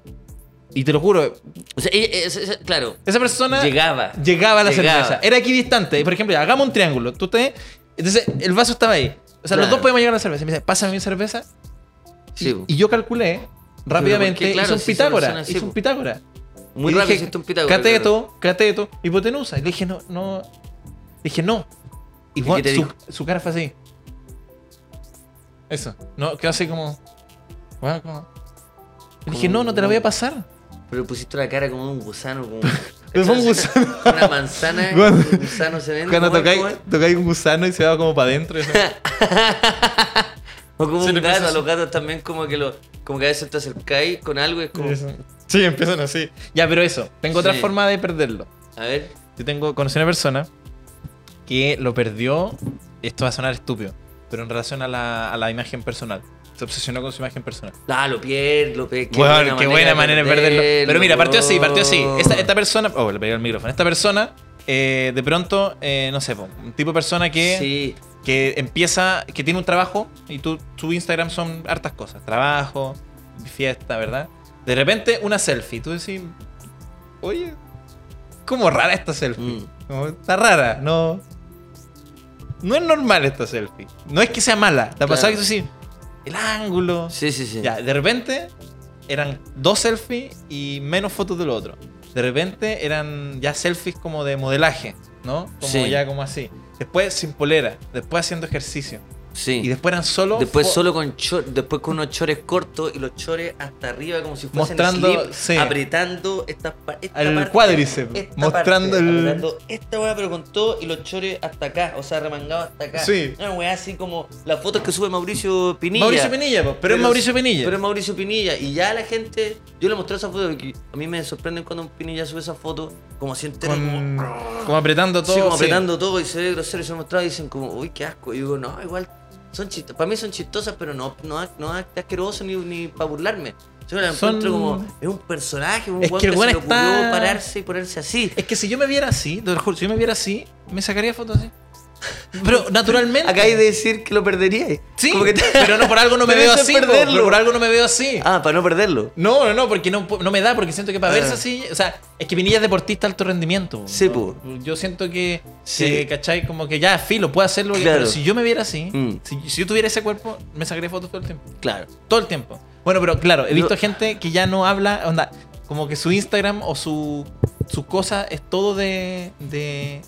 [SPEAKER 2] Y te lo juro,
[SPEAKER 1] O sea, ella- esa- esa- claro.
[SPEAKER 2] esa persona
[SPEAKER 1] Llegaba.
[SPEAKER 2] llegaba a la
[SPEAKER 1] Llegaba.
[SPEAKER 2] cerveza. Era equidistante. Y, Por ejemplo, hagamos un triángulo. Tú te. Entonces, el vaso estaba ahí. O sea, los
[SPEAKER 1] Claro.
[SPEAKER 2] dos podemos llegar a la cerveza. Y me dice, pásame mi cerveza.
[SPEAKER 1] Sí,
[SPEAKER 2] y,
[SPEAKER 1] po.
[SPEAKER 2] y yo calculé rápidamente.
[SPEAKER 1] porque, claro,
[SPEAKER 2] hizo un
[SPEAKER 1] si esa
[SPEAKER 2] Pitágora.
[SPEAKER 1] persona así,
[SPEAKER 2] hizo un
[SPEAKER 1] po.
[SPEAKER 2] Pitágora.
[SPEAKER 1] Muy
[SPEAKER 2] Y
[SPEAKER 1] rápido
[SPEAKER 2] dije,
[SPEAKER 1] hiciste un Pitágoras.
[SPEAKER 2] Cateto, cateto, hipotenusa. Y le dije, no, no. Le dije, no. Y
[SPEAKER 1] ¿Y
[SPEAKER 2] bueno,
[SPEAKER 1] qué te
[SPEAKER 2] su,
[SPEAKER 1] dijo?
[SPEAKER 2] su cara fue así. Eso. No, quedó así como. bueno, como- Le dije,
[SPEAKER 1] Como-
[SPEAKER 2] no, no te la voy a pasar.
[SPEAKER 1] claro. Pero pusiste la cara como un gusano.
[SPEAKER 2] [laughs]
[SPEAKER 1] Como...
[SPEAKER 2] Pero fue un gusano.
[SPEAKER 1] [laughs] Una
[SPEAKER 2] [laughs]
[SPEAKER 1] manzana.
[SPEAKER 2] Cuando-
[SPEAKER 1] un gusano se vende.
[SPEAKER 2] Cuando
[SPEAKER 1] ¿cómo es?
[SPEAKER 2] tocáis
[SPEAKER 1] ¿Cómo es?
[SPEAKER 2] tocáis un gusano y se va como para adentro. y eso.
[SPEAKER 1] O como
[SPEAKER 2] Se
[SPEAKER 1] un
[SPEAKER 2] le puso
[SPEAKER 1] gato. A
[SPEAKER 2] así.
[SPEAKER 1] los gatos también, como que lo. Como que a veces te acercáis con algo y es [laughs] como.
[SPEAKER 2] Eso. Sí, empiezan así. Ya, pero eso. Tengo otra
[SPEAKER 1] Sí.
[SPEAKER 2] forma de perderlo.
[SPEAKER 1] A ver.
[SPEAKER 2] Yo tengo, conocí una persona que lo perdió, esto va a sonar estúpido, pero en relación a la, a la imagen personal. Se obsesionó con su imagen personal.
[SPEAKER 1] Ah, lo pierdo, lo pierdo.
[SPEAKER 2] Bueno, qué buena manera de perderlo. Pero mira, partió así, partió así. Esta,
[SPEAKER 1] weón.
[SPEAKER 2] esta persona, oh, le pegué el micrófono. Esta persona, eh, de pronto, eh, no sé, po, un tipo de persona que,
[SPEAKER 1] Sí.
[SPEAKER 2] que empieza, que tiene un trabajo y tú, tu Instagram son hartas cosas. Trabajo, fiesta, ¿verdad? De repente, una selfie. Tú decís, oye, ¿cómo rara esta selfie?
[SPEAKER 1] Mm.
[SPEAKER 2] Como, está rara, no. No es normal esta selfie. No es que sea mala. Te ha pasado
[SPEAKER 1] Claro.
[SPEAKER 2] que tú sí. El ángulo.
[SPEAKER 1] Sí, sí, sí.
[SPEAKER 2] Ya, de repente eran dos selfies y menos fotos del otro. De repente eran ya selfies como de modelaje, ¿no? Como
[SPEAKER 1] Sí.
[SPEAKER 2] ya como así. Después sin polera, después haciendo ejercicio.
[SPEAKER 1] Sí.
[SPEAKER 2] Y después eran solo.
[SPEAKER 1] Después
[SPEAKER 2] fo-
[SPEAKER 1] solo con chor- después con unos chores cortos y los chores hasta arriba como si fuesen
[SPEAKER 2] Mostrando,
[SPEAKER 1] slip,
[SPEAKER 2] sí.
[SPEAKER 1] apretando esta, pa- esta
[SPEAKER 2] Al
[SPEAKER 1] parte,
[SPEAKER 2] cuádriceps,
[SPEAKER 1] esta
[SPEAKER 2] mostrando
[SPEAKER 1] parte,
[SPEAKER 2] el-
[SPEAKER 1] apretando esta weá pero con todo y los chores hasta acá, o sea, remangado hasta acá.
[SPEAKER 2] Sí.
[SPEAKER 1] Una weá así como las fotos que sube Mauricio Pinilla.
[SPEAKER 2] Mauricio Pinilla, po, pero, es Mauricio Pinilla.
[SPEAKER 1] Pero es Mauricio Pinilla. Y ya la gente. Yo le mostré esa foto porque a mí me sorprenden cuando un Pinilla sube esa foto. Como así entero,
[SPEAKER 2] con-
[SPEAKER 1] como,
[SPEAKER 2] como, apretando todo.
[SPEAKER 1] Sí, como
[SPEAKER 2] sí.
[SPEAKER 1] apretando todo y se ve grosero y se mostrado y dicen como, uy, qué asco. Y yo digo, no, igual, son chistosas. Para mí son chistosas, pero no, no, no es asqueroso ni, ni para burlarme. Yo la
[SPEAKER 2] Son-
[SPEAKER 1] encuentro como, es un personaje, un
[SPEAKER 2] Es
[SPEAKER 1] weón que,
[SPEAKER 2] que el
[SPEAKER 1] se
[SPEAKER 2] weón
[SPEAKER 1] le ocurrió
[SPEAKER 2] está-
[SPEAKER 1] pararse y ponerse así.
[SPEAKER 2] Es que si yo me viera así, te lo juro, si yo me viera así, me sacaría fotos así. Pero naturalmente.
[SPEAKER 1] Acabáis de decir que lo perderíais.
[SPEAKER 2] Sí,
[SPEAKER 1] Como que [laughs] te-
[SPEAKER 2] [laughs] pero no por algo no me
[SPEAKER 1] Pero
[SPEAKER 2] veo
[SPEAKER 1] eso es
[SPEAKER 2] así. po,
[SPEAKER 1] perderlo.
[SPEAKER 2] pero por algo no me veo así.
[SPEAKER 1] Ah, para no perderlo.
[SPEAKER 2] No, no, no, porque no, no me da, porque siento que para
[SPEAKER 1] Ah.
[SPEAKER 2] verse así, o sea, es que Pinilla es deportista alto rendimiento.
[SPEAKER 1] Sí,
[SPEAKER 2] ¿no?
[SPEAKER 1] po.
[SPEAKER 2] Yo siento que,
[SPEAKER 1] Sí.
[SPEAKER 2] que, ¿cachai? Como que ya, filo, puedo hacerlo,
[SPEAKER 1] Claro.
[SPEAKER 2] pero si yo me viera así,
[SPEAKER 1] Mm.
[SPEAKER 2] si, si yo tuviera ese cuerpo, me sacaría fotos todo el tiempo.
[SPEAKER 1] Claro.
[SPEAKER 2] Todo el tiempo. Bueno, pero claro, he visto
[SPEAKER 1] Yo-
[SPEAKER 2] gente que ya no habla, onda, como que su Instagram o su, su cosa es todo de, de...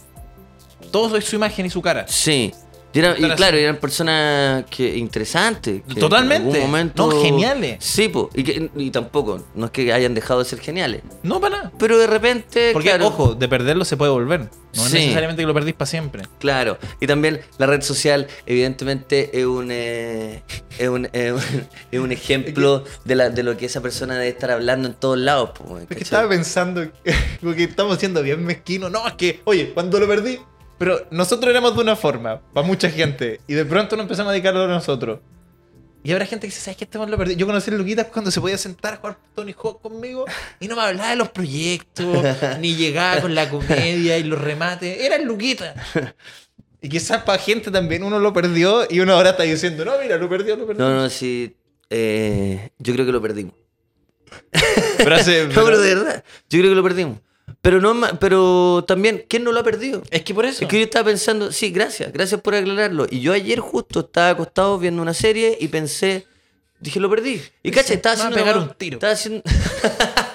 [SPEAKER 2] Todo es su imagen y su cara.
[SPEAKER 1] Sí. Y, era- y
[SPEAKER 2] Estar así.
[SPEAKER 1] claro, y eran personas que interesantes. que en
[SPEAKER 2] Totalmente.
[SPEAKER 1] algún momento-
[SPEAKER 2] No, geniales.
[SPEAKER 1] Sí, po, y, que- y tampoco, no es que hayan dejado de ser geniales.
[SPEAKER 2] No, para nada.
[SPEAKER 1] Pero de repente.
[SPEAKER 2] Porque,
[SPEAKER 1] claro,
[SPEAKER 2] ojo, de perderlo se puede volver. No es
[SPEAKER 1] Sí.
[SPEAKER 2] necesariamente que lo perdís para siempre.
[SPEAKER 1] Claro, y también la red social, evidentemente, es un, eh, [laughs] es un, es un- es un ejemplo de, la, de lo que esa persona debe estar hablando en todos lados. po, weón,
[SPEAKER 5] Es que
[SPEAKER 1] ¿cachai?
[SPEAKER 5] estaba pensando, [laughs] porque estamos siendo bien mezquinos. No, es que, oye, cuando lo perdí, pero nosotros éramos de una forma, para mucha gente, y de pronto no empezamos a dedicarlo a nosotros. Y habrá gente que dice, ¿sabes qué? Este man lo perdí. Yo conocí a Luquitas cuando se podía sentar a jugar Tony Hawk conmigo y no me hablaba de los
[SPEAKER 2] [laughs]
[SPEAKER 5] proyectos, ni llegaba con la comedia y los remates. Era
[SPEAKER 2] [laughs]
[SPEAKER 5] el Luquitas. Y quizás para gente también uno lo perdió y uno ahora está diciendo, no, mira, lo perdió, lo perdió.
[SPEAKER 1] No, no, sí. eh, yo creo que lo perdimos.
[SPEAKER 5] Pero [laughs] hace-
[SPEAKER 1] No, pero de verdad, yo creo que lo perdimos. Pero, no, es ma- pero también, ¿quién no lo ha perdido?
[SPEAKER 2] Es que por eso.
[SPEAKER 1] Es que yo estaba pensando, sí, gracias, gracias por aclararlo. Y yo ayer justo estaba acostado viendo una serie y pensé, dije, lo perdí. Y caché, estaba
[SPEAKER 2] me va a
[SPEAKER 1] haciendo.
[SPEAKER 2] pegar
[SPEAKER 1] una-
[SPEAKER 2] un tiro.
[SPEAKER 1] Estaba haciendo. [laughs]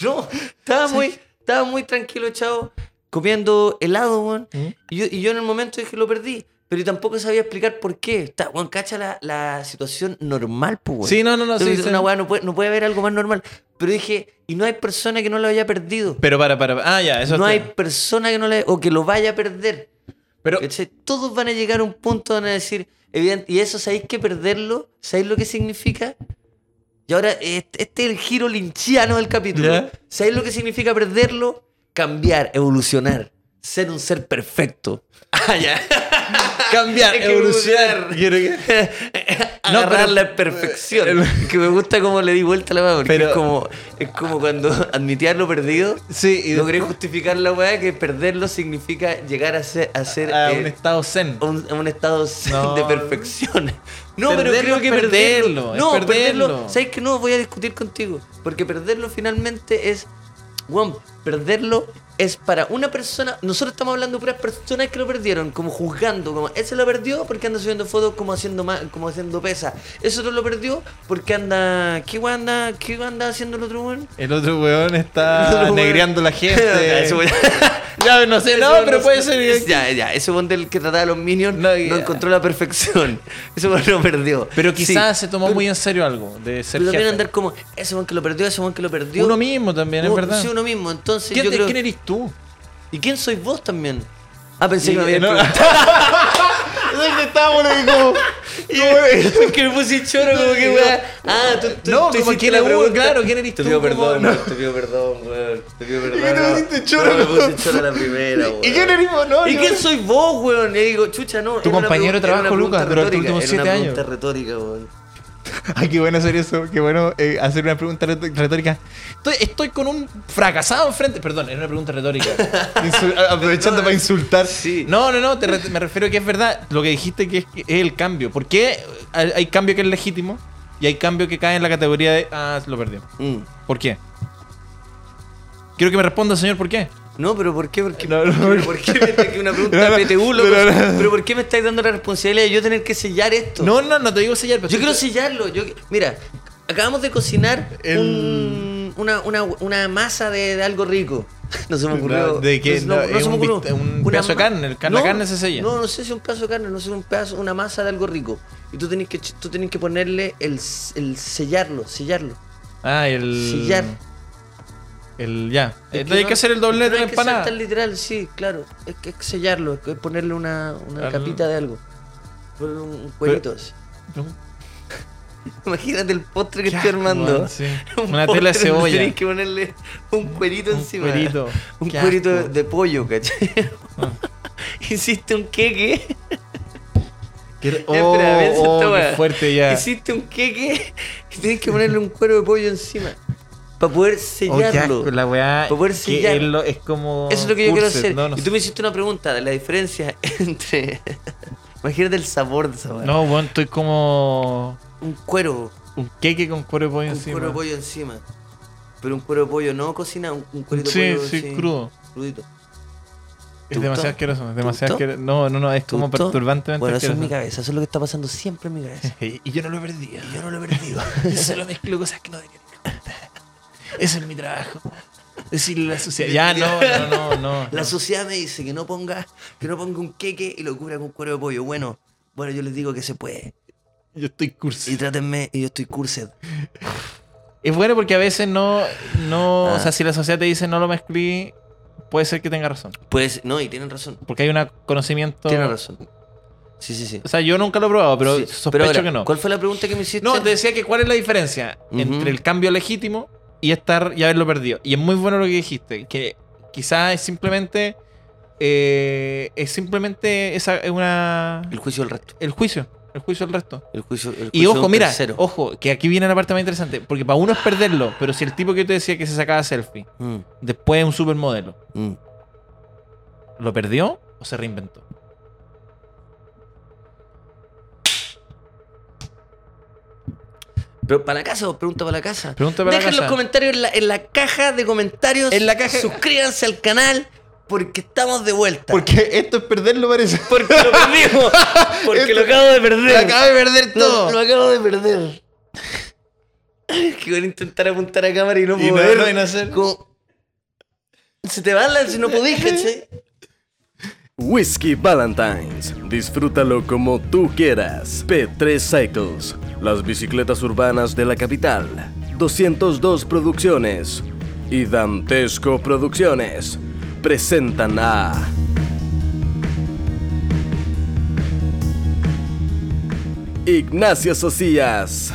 [SPEAKER 1] no, estaba muy, estaba muy tranquilo, chavo, comiendo helado, weón.
[SPEAKER 2] ¿Mm?
[SPEAKER 1] Y, yo, y yo en el momento dije, lo perdí. Pero tampoco sabía explicar por qué. Está, weón, cacha la, la situación normal, pues, weón.
[SPEAKER 2] Sí, no, no, no,
[SPEAKER 1] Entonces,
[SPEAKER 2] sí, sí.
[SPEAKER 1] Una weá Ah, no puede, no puede haber algo más normal. Pero dije, y no hay persona que no lo haya perdido.
[SPEAKER 2] Pero para, para. Ah, ya, eso
[SPEAKER 1] no
[SPEAKER 2] está-
[SPEAKER 1] hay persona que no le o que lo vaya a perder.
[SPEAKER 2] Pero,
[SPEAKER 1] ¿Cachai? Todos van a llegar a un punto donde van a decir, evidente, y eso sabéis que perderlo, sabéis lo que significa. Y ahora, este, este es el giro linchiano del capítulo.
[SPEAKER 2] Ya.
[SPEAKER 1] ¿Sabéis lo que significa perderlo? Cambiar, evolucionar, ser un ser perfecto. Ah, ya.
[SPEAKER 2] cambiar,
[SPEAKER 1] Hay que
[SPEAKER 2] evolucionar.
[SPEAKER 1] evolucionar. [laughs]
[SPEAKER 2] Quiero que- No,
[SPEAKER 1] Agarrar
[SPEAKER 2] pero-
[SPEAKER 1] la perfección. que me gusta cómo le di vuelta a la mano.
[SPEAKER 2] Pero-
[SPEAKER 1] es, como, es como cuando [laughs] admitías lo perdido.
[SPEAKER 2] Sí, y
[SPEAKER 1] logré justificar la weá que perderlo significa llegar a ser, a ser
[SPEAKER 2] a
[SPEAKER 1] eh,
[SPEAKER 2] un estado zen.
[SPEAKER 1] a un, a un estado [laughs]
[SPEAKER 2] No.
[SPEAKER 1] de perfección. No,
[SPEAKER 2] Perderlo
[SPEAKER 1] pero creo
[SPEAKER 2] es
[SPEAKER 1] que
[SPEAKER 2] perderlo,
[SPEAKER 1] perderlo.
[SPEAKER 2] es
[SPEAKER 1] No,
[SPEAKER 2] perderlo.
[SPEAKER 1] perderlo. ¿Sabes que no? Voy a discutir contigo. Porque perderlo finalmente es. Weón, perderlo es para una persona. Nosotros estamos hablando de puras personas que lo perdieron, como juzgando, como ese lo perdió porque anda subiendo fotos como haciendo ma- como haciendo pesa. Ese otro lo perdió porque anda. ¿Qué weón anda? ¿Qué weón anda haciendo el otro weón?
[SPEAKER 5] El otro weón
[SPEAKER 1] [laughs]
[SPEAKER 5] está
[SPEAKER 1] El otro weón.
[SPEAKER 5] negreando
[SPEAKER 2] [laughs]
[SPEAKER 5] a la gente.
[SPEAKER 1] Eso voy-
[SPEAKER 5] ya, no sé, no,
[SPEAKER 1] Eso
[SPEAKER 5] pero
[SPEAKER 1] no-
[SPEAKER 5] puede ser.
[SPEAKER 1] es- Ya, ya. Ese bond del que trataba a los minions
[SPEAKER 2] No,
[SPEAKER 1] no,
[SPEAKER 2] ya.
[SPEAKER 1] encontró la perfección. [laughs] Ese bond lo perdió.
[SPEAKER 2] Pero quizás
[SPEAKER 1] Sí,
[SPEAKER 2] se tomó muy en serio algo de ser
[SPEAKER 1] Pero también
[SPEAKER 2] jefe.
[SPEAKER 1] andar como, ese bond que lo perdió, ese bond que lo perdió.
[SPEAKER 2] Uno mismo también, es
[SPEAKER 1] Uno-
[SPEAKER 2] verdad.
[SPEAKER 1] Sí, uno mismo. Entonces,
[SPEAKER 2] ¿Quién,
[SPEAKER 1] yo creo.
[SPEAKER 2] quién eres tú?
[SPEAKER 1] ¿Y quién sois vos también? Ah, pensé que
[SPEAKER 2] eh,
[SPEAKER 5] No,
[SPEAKER 1] me había
[SPEAKER 5] no.
[SPEAKER 1] preguntado.
[SPEAKER 5] Entonces estábamos y como.
[SPEAKER 1] [laughs] Es que me puse choro, como que weón. Ah, tú, tú
[SPEAKER 2] No,
[SPEAKER 1] tú
[SPEAKER 2] como
[SPEAKER 1] hiciste
[SPEAKER 2] quién
[SPEAKER 1] la
[SPEAKER 2] es uno,
[SPEAKER 1] pregunta.
[SPEAKER 2] claro, quién eres
[SPEAKER 1] Te
[SPEAKER 2] tú,
[SPEAKER 1] pido
[SPEAKER 2] como-
[SPEAKER 1] perdón,
[SPEAKER 2] no.
[SPEAKER 1] weón, te pido perdón, weón. Te pido perdón.
[SPEAKER 5] qué te
[SPEAKER 1] no.
[SPEAKER 5] pusiste choro,
[SPEAKER 1] No, me
[SPEAKER 5] weón?
[SPEAKER 1] puse choro a la primera, weón.
[SPEAKER 5] ¿Y quién eres vos? No,
[SPEAKER 1] ¿Y
[SPEAKER 5] yo-
[SPEAKER 1] quién soy vos, weón? Le digo, chucha, no.
[SPEAKER 2] Tu
[SPEAKER 1] era una
[SPEAKER 2] compañero de
[SPEAKER 1] pregun-
[SPEAKER 2] trabajo,
[SPEAKER 1] era una pregunta
[SPEAKER 2] Lucas, durante los
[SPEAKER 1] retórica,
[SPEAKER 2] últimos
[SPEAKER 1] era
[SPEAKER 2] siete
[SPEAKER 1] Una pregunta retórica, weón.
[SPEAKER 2] [laughs]
[SPEAKER 5] Ay, qué bueno hacer eso. Qué bueno eh, hacer una pregunta retó- retórica.
[SPEAKER 2] Estoy, estoy con un fracasado enfrente. Perdón, era una pregunta retórica.
[SPEAKER 1] [laughs]
[SPEAKER 5] Insul- a- aprovechando para insultar.
[SPEAKER 1] eh, Sí.
[SPEAKER 2] No, no, no, te re- me refiero a que es verdad lo que dijiste que es, que es el cambio. ¿Por qué hay, hay cambio que es legítimo y hay cambio que cae en la categoría de. Ah, lo perdió.
[SPEAKER 1] Mm.
[SPEAKER 2] ¿Por qué? Quiero que me responda, señor, ¿por qué?
[SPEAKER 1] No, pero ¿por qué? ¿Por qué,
[SPEAKER 5] No, no,
[SPEAKER 1] pero [laughs] ¿por qué me que una pregunta
[SPEAKER 5] [laughs] No, no,
[SPEAKER 1] PTU, loco?
[SPEAKER 5] no, no.
[SPEAKER 1] ¿Pero por qué me estáis dando la responsabilidad de yo tener que sellar esto?
[SPEAKER 2] No, no, no te digo sellar, pero
[SPEAKER 1] Yo quiero
[SPEAKER 2] estoy-
[SPEAKER 1] sellarlo. Yo, mira, acabamos de cocinar
[SPEAKER 5] El-
[SPEAKER 1] un- una, una, una masa de, de algo rico. [laughs] No se me ocurrió.
[SPEAKER 5] No, de que
[SPEAKER 1] se-
[SPEAKER 5] no, es
[SPEAKER 1] se me
[SPEAKER 5] un
[SPEAKER 1] ocurrió.
[SPEAKER 5] bist- un
[SPEAKER 1] Una
[SPEAKER 2] pedazo de
[SPEAKER 1] ma-
[SPEAKER 2] carne, el car- la carne se sella.
[SPEAKER 1] No, no sé si un pedazo de carne, no sé, un pedazo, una masa de algo rico. Y tú tenés que, ch- tú tenés que ponerle el, s- el sellarlo, sellarlo,
[SPEAKER 2] Ah, el.
[SPEAKER 1] sellar.
[SPEAKER 2] El ya.
[SPEAKER 1] Es
[SPEAKER 2] Entonces hay
[SPEAKER 1] no-
[SPEAKER 2] que hacer el doblete
[SPEAKER 1] no
[SPEAKER 2] de
[SPEAKER 1] hay que ser
[SPEAKER 2] empanada.
[SPEAKER 1] tan literal, sí, claro. Es que es sellarlo, es que ponerle una, una
[SPEAKER 2] Al-
[SPEAKER 1] capita de algo. Ponerle un, un cuerito así. [laughs] Imagínate el postre que
[SPEAKER 2] Ya,
[SPEAKER 1] estoy armando.
[SPEAKER 2] weón, sí.
[SPEAKER 1] [laughs] Un
[SPEAKER 2] Una tela de
[SPEAKER 1] postre donde
[SPEAKER 2] cebolla.
[SPEAKER 1] Tenés que ponerle un cuerito
[SPEAKER 2] Un
[SPEAKER 1] encima.
[SPEAKER 2] cuerito.
[SPEAKER 1] Un
[SPEAKER 2] Qué
[SPEAKER 1] cuerito de,
[SPEAKER 2] asco. Ah.
[SPEAKER 1] de pollo, ¿cachai? [laughs] Hiciste un queque. [laughs]
[SPEAKER 2] Quiero-
[SPEAKER 1] Ya, espera, piensa
[SPEAKER 2] oh,
[SPEAKER 1] esta
[SPEAKER 2] oh,
[SPEAKER 1] weá.
[SPEAKER 2] qué fuerte ya.
[SPEAKER 1] Hiciste un queque y tenés que ponerle un cuero de pollo encima. Para poder
[SPEAKER 2] Oh, qué asco,
[SPEAKER 1] sellarlo.
[SPEAKER 2] la weá.
[SPEAKER 1] Para poder
[SPEAKER 2] que
[SPEAKER 1] sellar.
[SPEAKER 2] es lo- es como.
[SPEAKER 1] Eso es lo que yo quiero
[SPEAKER 2] curset,
[SPEAKER 1] hacer.
[SPEAKER 2] No, no
[SPEAKER 1] y
[SPEAKER 2] sé.
[SPEAKER 1] tú me hiciste una pregunta de la diferencia [laughs] entre. Imagínate el sabor de esa weá.
[SPEAKER 2] No, bueno, estoy como.
[SPEAKER 1] Un cuero.
[SPEAKER 2] Un queque con cuero de pollo
[SPEAKER 1] Un
[SPEAKER 2] encima.
[SPEAKER 1] cuero de pollo encima. Pero un cuero de pollo no cocina, un, un cuerito
[SPEAKER 2] Sí,
[SPEAKER 1] de pollo.
[SPEAKER 2] sí,
[SPEAKER 1] así,
[SPEAKER 2] crudo.
[SPEAKER 1] Crudito.
[SPEAKER 2] Es demasiado
[SPEAKER 1] ¿Te gustó?
[SPEAKER 2] asqueroso.
[SPEAKER 1] ¿Te
[SPEAKER 2] Demasiado
[SPEAKER 1] gustó?
[SPEAKER 2] asqueroso. No, no, no, es como
[SPEAKER 1] ¿Te gustó?
[SPEAKER 2] perturbantemente
[SPEAKER 1] Bueno, eso es mi
[SPEAKER 2] asqueroso.
[SPEAKER 1] cabeza, eso es lo que está pasando siempre en mi
[SPEAKER 2] [laughs]
[SPEAKER 1] cabeza.
[SPEAKER 2] Y
[SPEAKER 1] [laughs]
[SPEAKER 2] y yo no lo perdí. [laughs]
[SPEAKER 1] Yo no lo he perdido.
[SPEAKER 2] Yo solo mezclo cosas que no debería. Ese es mi trabajo. decirle a la sociedad. Ya, no, no, no, no.
[SPEAKER 1] [laughs] La sociedad me dice que no ponga, que no ponga un queque y lo cubra con cuero de pollo. Bueno, bueno, yo les digo que se puede.
[SPEAKER 2] Yo estoy cursi.
[SPEAKER 1] Y trátenme, y yo estoy cursed.
[SPEAKER 2] Es bueno porque a veces no, no,
[SPEAKER 1] Ah.
[SPEAKER 2] o sea, si la sociedad te dice no lo mezclí, puede ser que tenga razón.
[SPEAKER 1] Pues, no, y tienen razón.
[SPEAKER 2] Porque hay un conocimiento.
[SPEAKER 1] Tienen razón. Sí, sí, sí.
[SPEAKER 2] O sea, yo nunca lo he probado, pero
[SPEAKER 1] Sí,
[SPEAKER 2] sospecho
[SPEAKER 1] ahora,
[SPEAKER 2] que no.
[SPEAKER 1] ¿Cuál fue la pregunta que me hiciste?
[SPEAKER 2] No, te decía que cuál es la diferencia
[SPEAKER 1] Ujú.
[SPEAKER 2] entre el cambio legítimo y estar y haberlo perdido. Y es muy bueno lo que dijiste, que quizás es simplemente eh, es simplemente esa es una
[SPEAKER 1] El juicio del resto.
[SPEAKER 2] el juicio, el juicio del resto.
[SPEAKER 1] El juicio, el
[SPEAKER 2] Y
[SPEAKER 1] juicio de
[SPEAKER 2] ojo,
[SPEAKER 1] un
[SPEAKER 2] mira,
[SPEAKER 1] tercero.
[SPEAKER 2] ojo, que aquí viene la parte más interesante, porque para uno es perderlo, pero si el tipo que yo te decía que se sacaba selfie,
[SPEAKER 1] Mm,
[SPEAKER 2] después es un supermodelo,
[SPEAKER 1] mm.
[SPEAKER 2] ¿lo perdió o se reinventó?
[SPEAKER 1] Pero para la casa, vos pregunta para la casa.
[SPEAKER 2] Pregunta para la
[SPEAKER 1] Dejen
[SPEAKER 2] casa.
[SPEAKER 1] los comentarios en la, en la caja de comentarios.
[SPEAKER 2] En la caja-
[SPEAKER 1] Suscríbanse al canal porque estamos de vuelta.
[SPEAKER 5] Porque esto es perderlo, parece.
[SPEAKER 1] Porque lo perdimos. [laughs] Porque lo acabo de perder.
[SPEAKER 5] Lo acabo de perder
[SPEAKER 1] Lo-
[SPEAKER 5] todo.
[SPEAKER 1] Lo, acabo de perder. [laughs] que voy a intentar apuntar a cámara y no
[SPEAKER 5] Y
[SPEAKER 1] puedo.
[SPEAKER 5] no
[SPEAKER 1] ver.
[SPEAKER 5] pueden hacer.
[SPEAKER 1] Como- Se te va la, si no podís, ¿cachai?
[SPEAKER 3] Whisky Valentines. Disfrútalo como tú quieras. P3 Cycles. Las bicicletas urbanas de la capital. 202 Producciones. Y Dantesco Producciones. Presentan a... Ignacio Socias.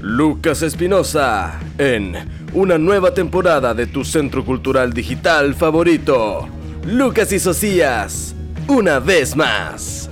[SPEAKER 3] Lucas Espinosa en una nueva temporada de tu centro cultural digital favorito. Lucas y Socias, una vez más.